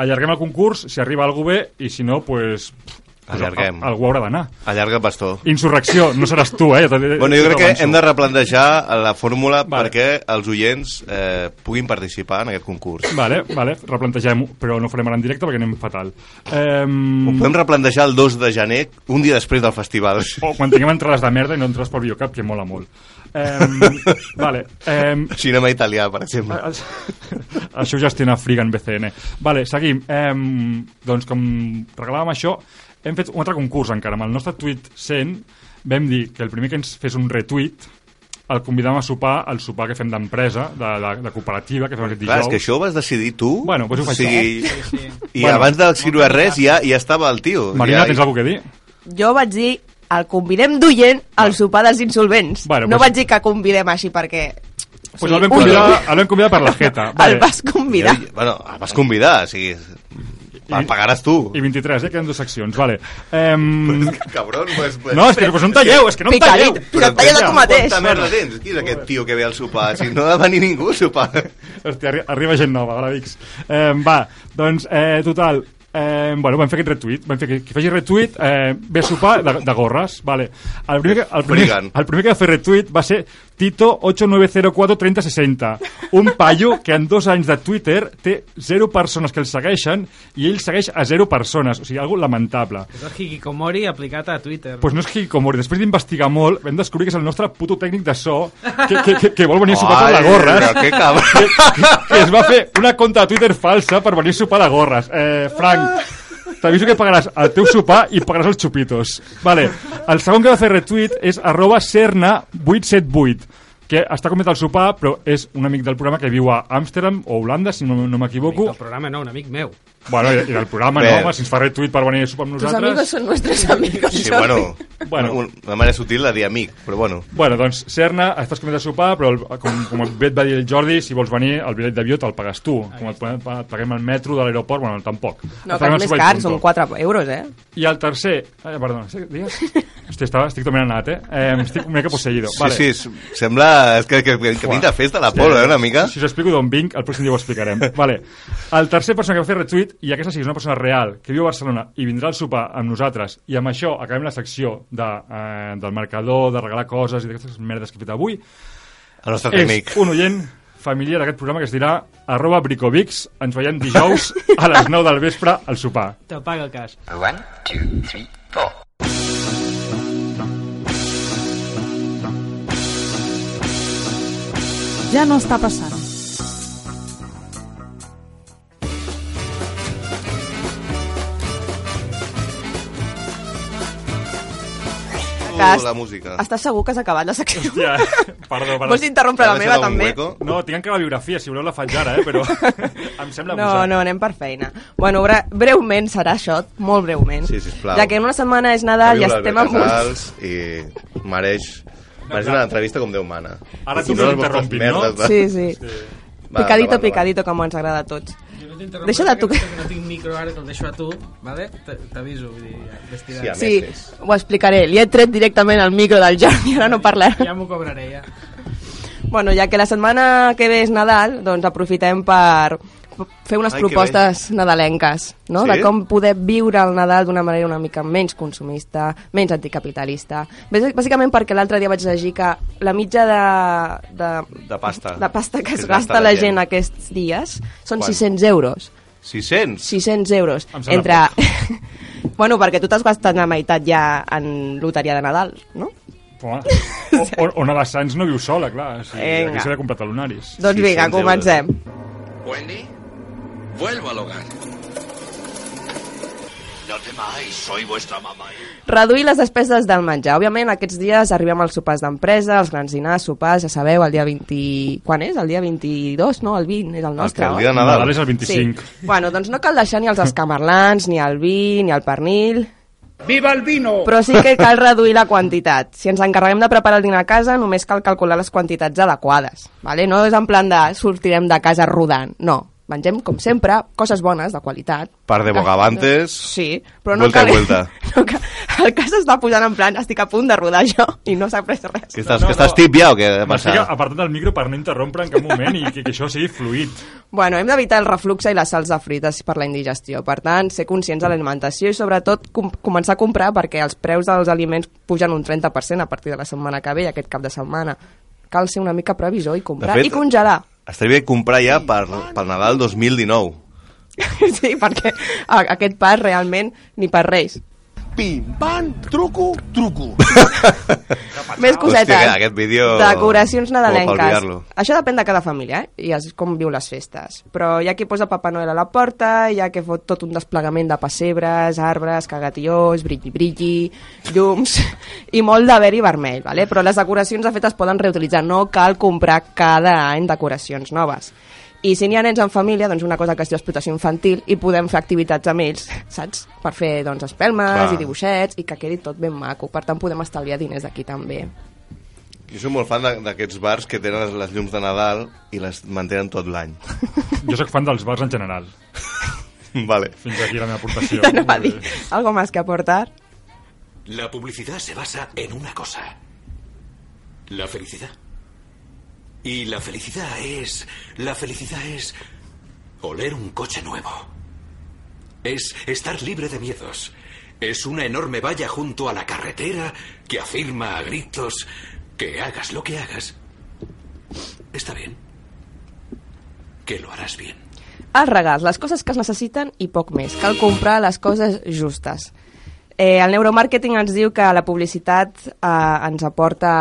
[SPEAKER 4] Allarguem el concurs, si arriba algú bé, i si no, pues, pues,
[SPEAKER 3] Allarguem.
[SPEAKER 4] a- algú haurà d'anar.
[SPEAKER 3] Allarga el bastó.
[SPEAKER 4] Insurrecció, no seràs tu, eh? Ja t'ho-
[SPEAKER 3] Bueno, jo
[SPEAKER 4] ja t'ho
[SPEAKER 3] crec que
[SPEAKER 4] avanço.
[SPEAKER 3] hem de replantejar la fórmula
[SPEAKER 4] Vale.
[SPEAKER 3] perquè els oients eh, puguin participar en aquest concurs.
[SPEAKER 4] Vale, vale, replantegem-ho, però no ho farem ara en directe perquè anem fatal. Um,
[SPEAKER 3] Ho podem replantejar el 2 de gener, un dia després del festival.
[SPEAKER 4] o quan tinguem entrades de merda i no entres pel biocap, que mola molt. Um, vale, um,
[SPEAKER 3] Cinema italià, per exemple.
[SPEAKER 4] Ah, ah, això ho gestiona Friga en BCN. Vale, seguim. Eh, doncs com regalàvem això, hem fet un altre concurs encara. Amb el nostre tuit 100 vam dir que el primer que ens fes un retuit el convidàvem a sopar al sopar que fem d'empresa, de, de, de cooperativa, que fem aquest dijous.
[SPEAKER 3] Clar, és que això ho vas decidir tu.
[SPEAKER 4] Bueno, doncs
[SPEAKER 3] o
[SPEAKER 4] ho faig
[SPEAKER 3] sigui,
[SPEAKER 6] Sí, sí.
[SPEAKER 3] I
[SPEAKER 4] Bueno.
[SPEAKER 3] abans d'escriure res ja, ja estava el tio.
[SPEAKER 4] Marina,
[SPEAKER 3] ja,
[SPEAKER 4] tens alguna cosa que dir?
[SPEAKER 7] Jo vaig dir el convidem d'Ullent al sopar dels insolvents.
[SPEAKER 4] Bueno,
[SPEAKER 7] no
[SPEAKER 4] pues-
[SPEAKER 7] vaig dir que convidem així perquè...
[SPEAKER 4] Doncs el vam convidar, el vam convidar per la jeta.
[SPEAKER 7] El vas convidar.
[SPEAKER 3] Ja, bueno, el vas convidar, o sigui...
[SPEAKER 4] I-
[SPEAKER 3] El pagaràs tu.
[SPEAKER 4] I 23, eh? Queden dues seccions, vale. Um,
[SPEAKER 3] Cabron, pues, pues,
[SPEAKER 4] no, és que, pues, no em talleu, és que no em talleu.
[SPEAKER 7] Picarit, però talla tu mateix.
[SPEAKER 3] Quanta merda tens? Qui és aquest tio que ve al sopar? Si no ha de venir ningú al sopar.
[SPEAKER 4] Hòstia, arri arriba gent nova, hola Vix. Eh, va, doncs, eh, total, eh, bueno, vam fer aquest retweet, vam fer que qui faci retweet eh, ve a sopar de, de gorres, vale. El primer, que, el, primer,
[SPEAKER 3] Frigan.
[SPEAKER 4] el primer que va fer retweet va ser Tito 89043060, un paio que en dos anys de Twitter té zero persones que el segueixen i ell segueix a zero persones, o sigui, algo lamentable.
[SPEAKER 6] És el Hikikomori aplicat a Twitter.
[SPEAKER 4] Pues no és Hikikomori. Després d'investigar molt, vam descobrir que és el nostre puto tècnic de so que, que, que, que vol venir a sopar per la
[SPEAKER 3] Ai,
[SPEAKER 4] gorra. eh?
[SPEAKER 3] però que cabron.
[SPEAKER 4] que, que es va fer una conta de Twitter falsa per venir a sopar de gorres. Eh, Frank, t'aviso que pagaràs el teu sopar i pagaràs els xupitos. Vale. El segon que va fer retweet és arroba serna878 que està comentant el sopar, però és un amic del programa que viu a Amsterdam o Holanda, si no, no m'equivoco.
[SPEAKER 6] El programa no, un amic meu.
[SPEAKER 4] Bueno, i, i del programa,
[SPEAKER 3] Bé.
[SPEAKER 4] no, home, si ens fa retweet per venir a sopar amb
[SPEAKER 7] Tus
[SPEAKER 4] nosaltres...
[SPEAKER 7] amigos son nuestros amigos.
[SPEAKER 3] Sí,
[SPEAKER 7] Jordi.
[SPEAKER 3] bueno,
[SPEAKER 4] Bueno.
[SPEAKER 3] bueno. una manera sutil la dir amic, però bueno.
[SPEAKER 4] Bueno, doncs, Serna, estàs convidat a sopar, però el, com, com bé et va dir el Jordi, si vols venir, el bitllet d'avió te'l pagues tu. Com et, pa- et paguem el metro de l'aeroport, bueno, tampoc.
[SPEAKER 7] No,
[SPEAKER 4] Et
[SPEAKER 7] que
[SPEAKER 4] paguem el
[SPEAKER 7] és més
[SPEAKER 4] sopar i
[SPEAKER 7] car,
[SPEAKER 4] punto.
[SPEAKER 7] són 4 euros, eh?
[SPEAKER 4] I el tercer... Ah, perdona, sí, digues? Hòstia, estava, Eh, estic totalment anat, eh? eh estic una mica posseïdo.
[SPEAKER 3] Sí,
[SPEAKER 4] vale.
[SPEAKER 3] sí, s- sembla És que, que, que, que tinc de festa la polo, eh, una mica.
[SPEAKER 4] Si us explico d'on vinc, el pròxim dia ho explicarem. Vale. El tercer persona que va fer retweet, i aquesta sí que és una persona real, que viu a Barcelona i vindrà al sopar amb nosaltres, i amb això acabem la secció de, eh, del marcador, de regalar coses i d'aquestes merdes que he fet avui,
[SPEAKER 3] El nostre tècnic.
[SPEAKER 4] és un oient familiar d'aquest programa que es dirà arroba bricovics. Ens veiem dijous a les 9 del vespre al sopar.
[SPEAKER 6] T'apaga el cas.
[SPEAKER 3] Ah.
[SPEAKER 10] One, two, three, four.
[SPEAKER 9] Ja no està passant.
[SPEAKER 7] Cas,
[SPEAKER 3] la música.
[SPEAKER 7] Estàs segur que has acabat la secció?
[SPEAKER 4] Hòstia, Ah. perdó, perdó.
[SPEAKER 7] Vols interrompre la meva, també?
[SPEAKER 4] No, tinc encara la biografia, si voleu la faig ara, eh? però em sembla
[SPEAKER 7] No, no, anem per feina. Bueno, bre breument serà això, molt breument.
[SPEAKER 3] Sí, sisplau.
[SPEAKER 7] Ja que en una setmana és Nadal i estem en...
[SPEAKER 3] Casals i mereix, mereix una entrevista com Déu mana.
[SPEAKER 4] Ara
[SPEAKER 3] I
[SPEAKER 4] tu
[SPEAKER 3] no les
[SPEAKER 4] m'ho
[SPEAKER 3] vostres
[SPEAKER 4] interrompis, no?
[SPEAKER 3] merdes de-
[SPEAKER 7] Sí, sí.
[SPEAKER 3] Va,
[SPEAKER 7] picadito,
[SPEAKER 3] endavant,
[SPEAKER 7] picadito, com ens agrada a tots.
[SPEAKER 6] T'interrompo
[SPEAKER 7] Deixa de
[SPEAKER 6] perquè
[SPEAKER 7] tocar...
[SPEAKER 6] No tinc micro ara, te'l deixo a tu, vale? T- T'aviso, vull dir, ja,
[SPEAKER 3] Sí, a
[SPEAKER 6] vestiràs.
[SPEAKER 3] més,
[SPEAKER 7] Sí, ho explicaré. Li he tret directament el micro del Jordi, ara no parlarà.
[SPEAKER 6] Ja m'ho cobraré, ja.
[SPEAKER 7] Bueno, ja que la setmana que ve és Nadal, doncs aprofitem per fer unes
[SPEAKER 6] Ai,
[SPEAKER 7] Ai,
[SPEAKER 6] que
[SPEAKER 7] propostes nadalenques, no?
[SPEAKER 6] Sí?
[SPEAKER 7] De com poder viure el Nadal d'una manera una mica menys consumista, menys anticapitalista. Bàs- Bàsicament perquè l'altre dia vaig llegir que la mitja de, de,
[SPEAKER 3] De pasta.
[SPEAKER 7] de pasta que es gasta la gent aquests dies són
[SPEAKER 3] Quant?
[SPEAKER 7] 600 euros.
[SPEAKER 3] 600?
[SPEAKER 7] 600 euros.
[SPEAKER 3] Em sembla
[SPEAKER 7] Entre... bueno, perquè tu t'has gastat la meitat ja en loteria de Nadal, no?
[SPEAKER 4] Home, o, o, Ona Bassans no viu sola, clar. O sigui,
[SPEAKER 7] Vinga.
[SPEAKER 4] aquí s'havia comprat el lunaris.
[SPEAKER 7] Doncs vinga, comencem.
[SPEAKER 10] Wendy, vuelvo al hogar. No temáis, soy vuestra mamá.
[SPEAKER 7] Reduir les despeses del menjar. Òbviament, aquests dies arribem als sopars d'empresa, als grans dinars, sopars, ja sabeu, el dia 20... Quan és? El dia 22, no? El 20 és Ah, el nostre,
[SPEAKER 4] que el
[SPEAKER 7] oi?
[SPEAKER 4] dia de Nadal. Nadal és el 25.
[SPEAKER 7] Sí. Bueno, doncs no cal deixar ni els escamarlans, ni el vi, ni el pernil...
[SPEAKER 11] Viva el vino!
[SPEAKER 7] Però sí que cal reduir la quantitat. Si ens encarreguem de preparar el dinar a casa, només cal calcular les quantitats adequades. Vale? No és en plan de sortirem de casa rodant, no. Mengem, com sempre, coses bones, de qualitat,
[SPEAKER 3] Par de bogavantes.
[SPEAKER 7] Sí, però no
[SPEAKER 3] vuelta
[SPEAKER 7] cal...
[SPEAKER 3] i vuelta.
[SPEAKER 7] El cas s'està posant en plan, estic a punt de rodar jo i no s'ha pres res.
[SPEAKER 3] Que estàs, que estàs tip ja o què ha
[SPEAKER 4] M'estic
[SPEAKER 3] passat?
[SPEAKER 4] apartant el micro per no interrompre en cap moment i que, que això sigui fluid.
[SPEAKER 7] Bueno, hem d'evitar el reflux i les sals de fruites per la indigestió. Per tant, ser conscients de l'alimentació i sobretot com començar a comprar perquè els preus dels aliments pugen un 30% a partir de la setmana que ve i aquest cap de setmana. Cal ser una mica previsor i comprar
[SPEAKER 3] De fet-
[SPEAKER 7] i congelar.
[SPEAKER 3] Estaria bé comprar ja per, pel Nadal 2019.
[SPEAKER 7] sí, perquè a- aquest pas realment ni per res.
[SPEAKER 12] Pim, pam, truco, truco.
[SPEAKER 7] Més cosetes.
[SPEAKER 3] Hòstia, aquest vídeo...
[SPEAKER 7] Decoracions
[SPEAKER 3] com per
[SPEAKER 7] nadalenques.
[SPEAKER 3] olvidar-lo.
[SPEAKER 7] Això depèn de cada família, eh? I és com viu les festes. Però hi ha qui posa Papa Noel a la porta, hi ha que fot tot un desplegament de pessebres, arbres, cagatiós, brilli-brilli, llums... I molt de verd i vermell, vale? però les decoracions de fet es poden reutilitzar. No cal comprar cada any decoracions noves. I si n'hi ha nens en família, doncs una cosa que es diu explotació infantil i podem fer activitats amb ells, saps? Per fer, doncs, espelmes
[SPEAKER 3] Clar.
[SPEAKER 7] i dibuixets i que quedi tot ben maco. Per tant, podem estalviar diners d'aquí també.
[SPEAKER 3] Jo soc molt fan de- d'aquests bars que tenen les, les llums de Nadal i les mantenen tot l'any.
[SPEAKER 4] Jo sóc fan dels bars en general.
[SPEAKER 3] vale.
[SPEAKER 4] Fins aquí la meva aportació.
[SPEAKER 7] Ja no va dir algo más que aportar.
[SPEAKER 10] La publicidad se basa en una cosa. La felicidad. Y la felicidad es... La felicidad es... Oler un coche nuevo. Es estar libre de miedos. Es una enorme valla junto a la carretera que afirma a gritos que hagas lo que hagas. Está bien. Que lo harás bien.
[SPEAKER 7] Els regals, les coses que es necessiten i poc més. Cal comprar les coses justes. Eh, el neuromàrqueting ens diu que la publicitat eh, ens aporta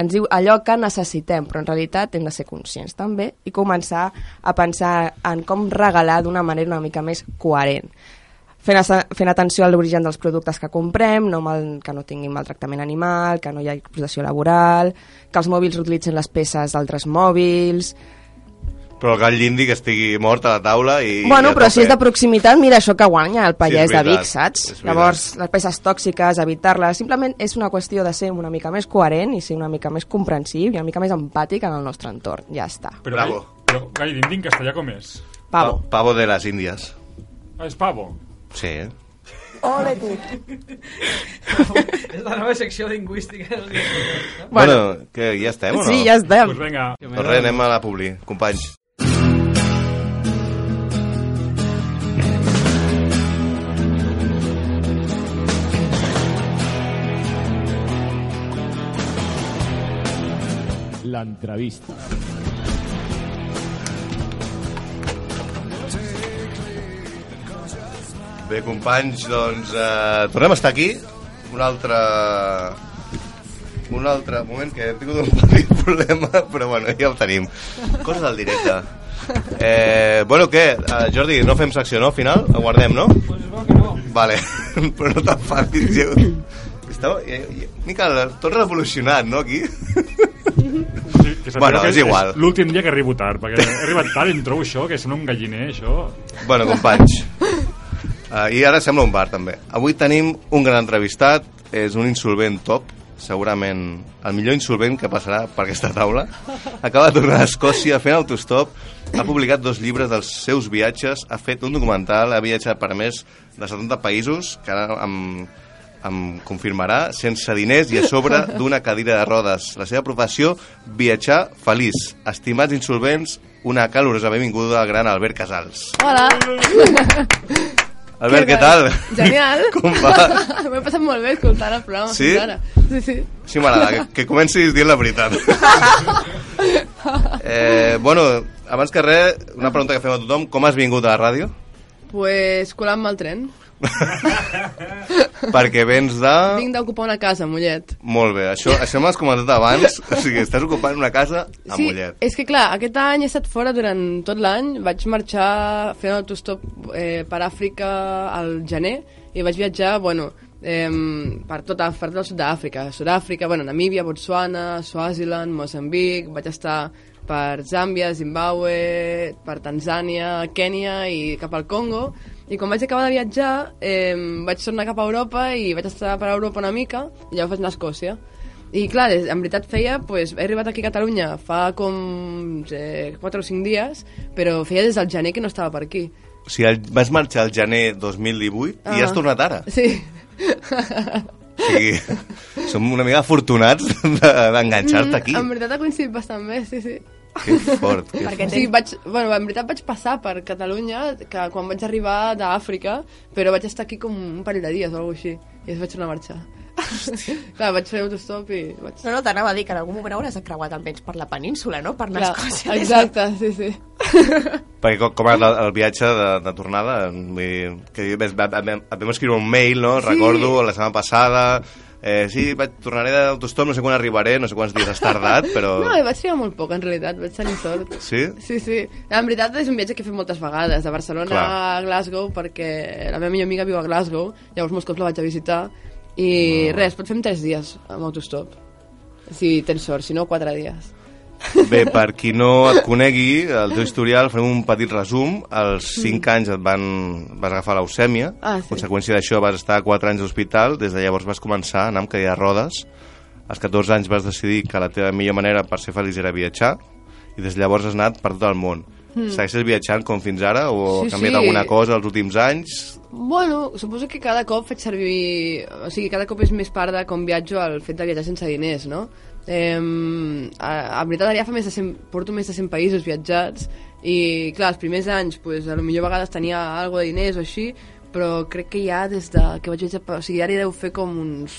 [SPEAKER 7] ens diu allò que necessitem, però en realitat hem de ser conscients també i començar a pensar en com regalar d'una manera una mica més coherent. Fent, asa- fent atenció a l'origen dels productes que comprem, no mal, que no tinguin maltractament animal, que no hi ha explotació laboral, que els mòbils utilitzen les peces d'altres mòbils,
[SPEAKER 3] Però el gall indi que estigui mort a la taula i...
[SPEAKER 7] bueno,
[SPEAKER 3] i a
[SPEAKER 7] però si
[SPEAKER 3] tope.
[SPEAKER 7] és de proximitat, mira això que guanya
[SPEAKER 3] Sí,
[SPEAKER 7] el
[SPEAKER 3] és
[SPEAKER 7] pallès de
[SPEAKER 3] veritat,
[SPEAKER 7] Vic, saps?
[SPEAKER 3] és veritat.
[SPEAKER 7] Llavors, les peces tòxiques, evitar-les, simplement és una qüestió de ser una mica més coherent i ser una mica més comprensiu i una mica més empàtic en el nostre entorn. Ja està.
[SPEAKER 4] Però,
[SPEAKER 3] Bravo.
[SPEAKER 4] Gai, però Gai Dindin,
[SPEAKER 7] Ah,
[SPEAKER 4] castellà com és?
[SPEAKER 7] Pavo.
[SPEAKER 3] Pavo de les Índies.
[SPEAKER 4] Ah, és pavo.
[SPEAKER 3] Sí, eh?
[SPEAKER 11] Ole tu.
[SPEAKER 6] És la nova secció lingüística.
[SPEAKER 3] Bueno, que ja estem, o no?
[SPEAKER 7] Sí, ja estem.
[SPEAKER 6] Pues venga.
[SPEAKER 3] Doncs res, anem a la publi, companys.
[SPEAKER 2] L'entrevista.
[SPEAKER 3] Bé, companys, doncs eh, tornem a estar aquí. Un altre... Un altre moment que he tingut un petit problema, però bueno, ja el tenim. Cosa del directe. Eh, bueno, què? Eh, Jordi, no fem secció, no? Al final? La guardem, no? Pues no. Vale, però no t'enfadis, jo. Estava, ja, ja, mica, tot revolucionat, no, aquí?
[SPEAKER 4] Que sabeu
[SPEAKER 3] bueno,
[SPEAKER 4] que
[SPEAKER 3] és igual.
[SPEAKER 4] L'últim dia que arribo tard, perquè he arribat tard i em trobo això, que sembla un galliner, això.
[SPEAKER 3] Bueno, companys, uh, i ara sembla un bar, també. Avui tenim un gran entrevistat, és un insolvent top, segurament el millor insolvent que passarà per aquesta taula. Acaba de tornar a Escòcia fent autostop, ha publicat dos llibres dels seus viatges, ha fet un documental, ha viatjat per més de 70 països, que ara em, em confirmarà, sense diners i a sobre d'una cadira de rodes. La seva professió, viatjar feliç. Estimats insolvents, una calorosa benvinguda al gran Albert Casals.
[SPEAKER 13] Hola.
[SPEAKER 3] Albert, què tal?
[SPEAKER 13] Genial.
[SPEAKER 3] Com va?
[SPEAKER 13] M'ho he passat molt bé escoltant el programa.
[SPEAKER 3] Sí?
[SPEAKER 13] fins Ara. Sí, sí.
[SPEAKER 3] Sí, m'agrada, que, que comencis dient la veritat. eh, bueno, abans que res, una pregunta que fem a tothom. Com has vingut a la ràdio?
[SPEAKER 13] Pues colant-me el tren.
[SPEAKER 3] Perquè vens de...
[SPEAKER 13] Vinc d'ocupar una casa, a Mollet.
[SPEAKER 3] Molt bé, això, això m'has comentat abans. O sigui, estàs ocupant una casa a
[SPEAKER 13] sí,
[SPEAKER 3] Mollet.
[SPEAKER 13] és que clar, aquest any he estat fora durant tot l'any, vaig marxar fent autostop eh, per Àfrica al gener i vaig viatjar, bueno, eh, per tota per tot el sud d'Àfrica, Sud-àfrica, bueno, Namíbia, Botswana, Swaziland, Moçambic, vaig estar per Zàmbia, Zimbabue, per Tanzània, Kènia i cap al Congo. I quan vaig acabar de viatjar, eh, vaig tornar cap a Europa i vaig estar per Europa una mica i llavors vaig anar a Escòcia. I clar, des- en veritat feia, pues, he arribat aquí a Catalunya fa com eh, 4 o 5 dies, però feia des del gener que no estava per aquí.
[SPEAKER 3] O sigui, el- vas marxar el gener 2018 i
[SPEAKER 13] Ah.
[SPEAKER 3] has tornat ara.
[SPEAKER 13] Sí.
[SPEAKER 3] O sigui, som una mica afortunats de- d'enganxar-te aquí.
[SPEAKER 13] Mm, en veritat ha coincidit bastant bé, sí, sí.
[SPEAKER 3] Que fort, que
[SPEAKER 13] Perquè
[SPEAKER 3] fort.
[SPEAKER 13] sí, vaig, bueno, en veritat vaig passar per Catalunya que quan vaig arribar d'Àfrica, però vaig estar aquí com un parell de dies o alguna així, i després vaig tornar a marxar. Clar, vaig fer autostop i vaig...
[SPEAKER 14] No, no, t'anava a dir que en algun moment hauràs de creuar també per la península, no? Per anar a
[SPEAKER 13] Clar,
[SPEAKER 14] Escòcia.
[SPEAKER 13] exacte, sí, sí.
[SPEAKER 3] Perquè com, com el, el viatge de, de tornada, vull dir, que et vam, et vam escriure un mail, no?
[SPEAKER 13] Sí.
[SPEAKER 3] Recordo, la setmana passada... Eh, sí, vaig, tornaré d'autostop, no sé quan arribaré, no sé quants dies has tardat, però...
[SPEAKER 13] No, i vaig trigar molt poc, en realitat, vaig tenir sort.
[SPEAKER 3] Sí?
[SPEAKER 13] Sí, sí. En veritat és un viatge que he fet moltes vegades, de Barcelona Clar.
[SPEAKER 3] Clar.
[SPEAKER 13] a Glasgow, perquè la meva millor amiga viu a Glasgow, llavors molts cops la vaig a visitar, i
[SPEAKER 3] Ah.
[SPEAKER 13] mm. res, pots fer en 3 dies amb autostop, si tens sort, si no, 4 dies.
[SPEAKER 3] Bé, per qui no et conegui, el teu historial, farem un petit resum. Als 5 anys et van, vas agafar leucèmia.
[SPEAKER 13] Mm. Ah, sí.
[SPEAKER 3] conseqüència d'això vas estar 4 anys a l'hospital. Des de llavors vas començar a anar amb cadira de rodes. Als 14 anys vas decidir que la teva millor manera per ser feliç era viatjar. I des de llavors has anat per tot el món.
[SPEAKER 13] Mm.
[SPEAKER 3] Segueixes viatjant com fins ara o
[SPEAKER 13] Sí,
[SPEAKER 3] ha canviat
[SPEAKER 13] sí.
[SPEAKER 3] alguna cosa els últims anys?
[SPEAKER 13] Bueno, suposo que cada cop faig servir... O sigui, cada cop és més part de com viatjo el fet de viatjar sense diners, no? Eh, a, a veritat, ara ja fa més de 100, porto més de 100 països viatjats i, clar, els primers anys, pues, a lo millor a vegades tenia algo de diners o així, però crec que ja des de que vaig viatjar... per- O sigui, ara ja deu fer com uns,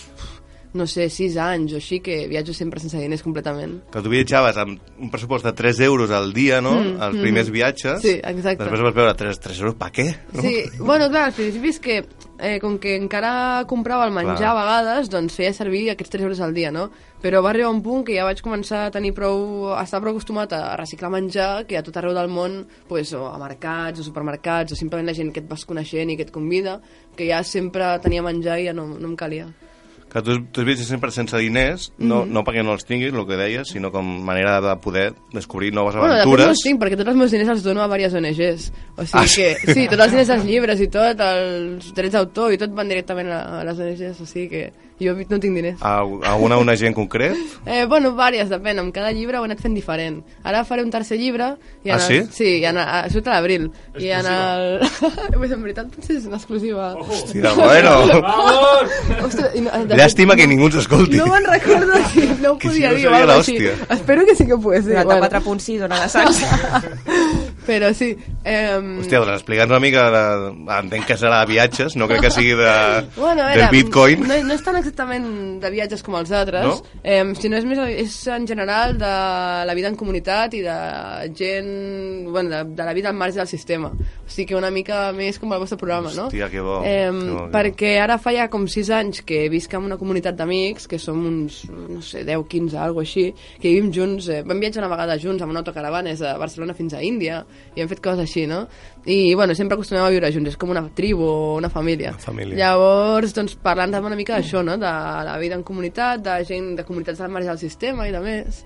[SPEAKER 13] no sé, 6 anys o així, que viatjo sempre sense diners completament.
[SPEAKER 3] Que tu viatjaves amb un pressupost de 3 euros al dia, no?
[SPEAKER 13] Mm,
[SPEAKER 3] els
[SPEAKER 13] mm.
[SPEAKER 3] primers viatges.
[SPEAKER 13] Sí, exacte.
[SPEAKER 3] Després vas veure 3, 3 euros, pa què? No?
[SPEAKER 13] Sí, bueno, clar, al principi és que eh, com que encara comprava el menjar
[SPEAKER 3] Clar.
[SPEAKER 13] a vegades, doncs feia servir aquests 3 euros al dia, no? Però va arribar un punt que ja vaig començar a tenir prou... a estar prou acostumat a reciclar menjar, que a tot arreu del món, pues, o a mercats, o supermercats, o simplement la gent que et vas coneixent i que et convida, que ja sempre tenia menjar i ja no, no em calia.
[SPEAKER 3] que tu, tu has vist sempre sense diners, no,
[SPEAKER 13] Mhm.
[SPEAKER 3] no perquè no els tinguis, el que deies, sinó com manera de poder descobrir noves
[SPEAKER 13] Bueno, de fet
[SPEAKER 3] aventures.
[SPEAKER 13] no els tinc, perquè tots els meus diners els dono a diverses ONGs. O sigui
[SPEAKER 3] Ah, sí?
[SPEAKER 13] que, sí, tots els diners dels llibres i tot, els drets d'autor i tot van directament a, a les ONGs, o sigui que jo no tinc diners.
[SPEAKER 3] a, a una, una gent concret?
[SPEAKER 13] Eh, bueno, vàries, depèn. Amb cada llibre ho he anat fent diferent. Ara faré un tercer llibre. I en
[SPEAKER 3] Ah, sí?
[SPEAKER 13] El, sí, i en, a, surt a l'abril. I en el...
[SPEAKER 3] Exclusiva.
[SPEAKER 13] pues en veritat potser és una exclusiva.
[SPEAKER 3] Hòstia, bueno.
[SPEAKER 13] Vamos! Ostres, i no, eh, de fet,
[SPEAKER 3] Llàstima que ningú ens escolti.
[SPEAKER 13] No me'n recordo si no ho
[SPEAKER 3] Que si
[SPEAKER 13] podia
[SPEAKER 3] no
[SPEAKER 13] dir.
[SPEAKER 3] seria
[SPEAKER 13] o algo així.
[SPEAKER 3] l'hòstia.
[SPEAKER 13] Espero que sí que ho pogués dir.
[SPEAKER 5] 94.6 dona la salsa.
[SPEAKER 13] Però sí. Eh,
[SPEAKER 3] Hòstia, doncs explica'ns una mica, de, entenc que serà de viatges, no crec que sigui de,
[SPEAKER 13] Bueno, a veure,
[SPEAKER 3] del bitcoin.
[SPEAKER 13] No, no és tan exactament de viatges com els altres,
[SPEAKER 3] No?
[SPEAKER 13] eh, sinó és més és en general de la vida en comunitat i de gent... Bueno, de, de la vida al marge del sistema. O sigui que una mica més com el vostre programa, no?
[SPEAKER 3] Hòstia, que bo,
[SPEAKER 13] Eh,
[SPEAKER 3] que bo, que bo.
[SPEAKER 13] perquè ara fa ja com 6 anys que visc en una comunitat d'amics, que som uns, no sé, 10, 15, alguna així, que vivim junts, eh, vam viatjar una vegada junts amb una autocaravana des de Barcelona fins a Índia, i hem fet coses així, no? I, bueno, sempre acostumem a viure junts, és com una tribu o una família.
[SPEAKER 3] família.
[SPEAKER 13] Llavors, doncs, parlant també una mica d'això, no? De la vida en comunitat, de gent de comunitats al marge del sistema i de més.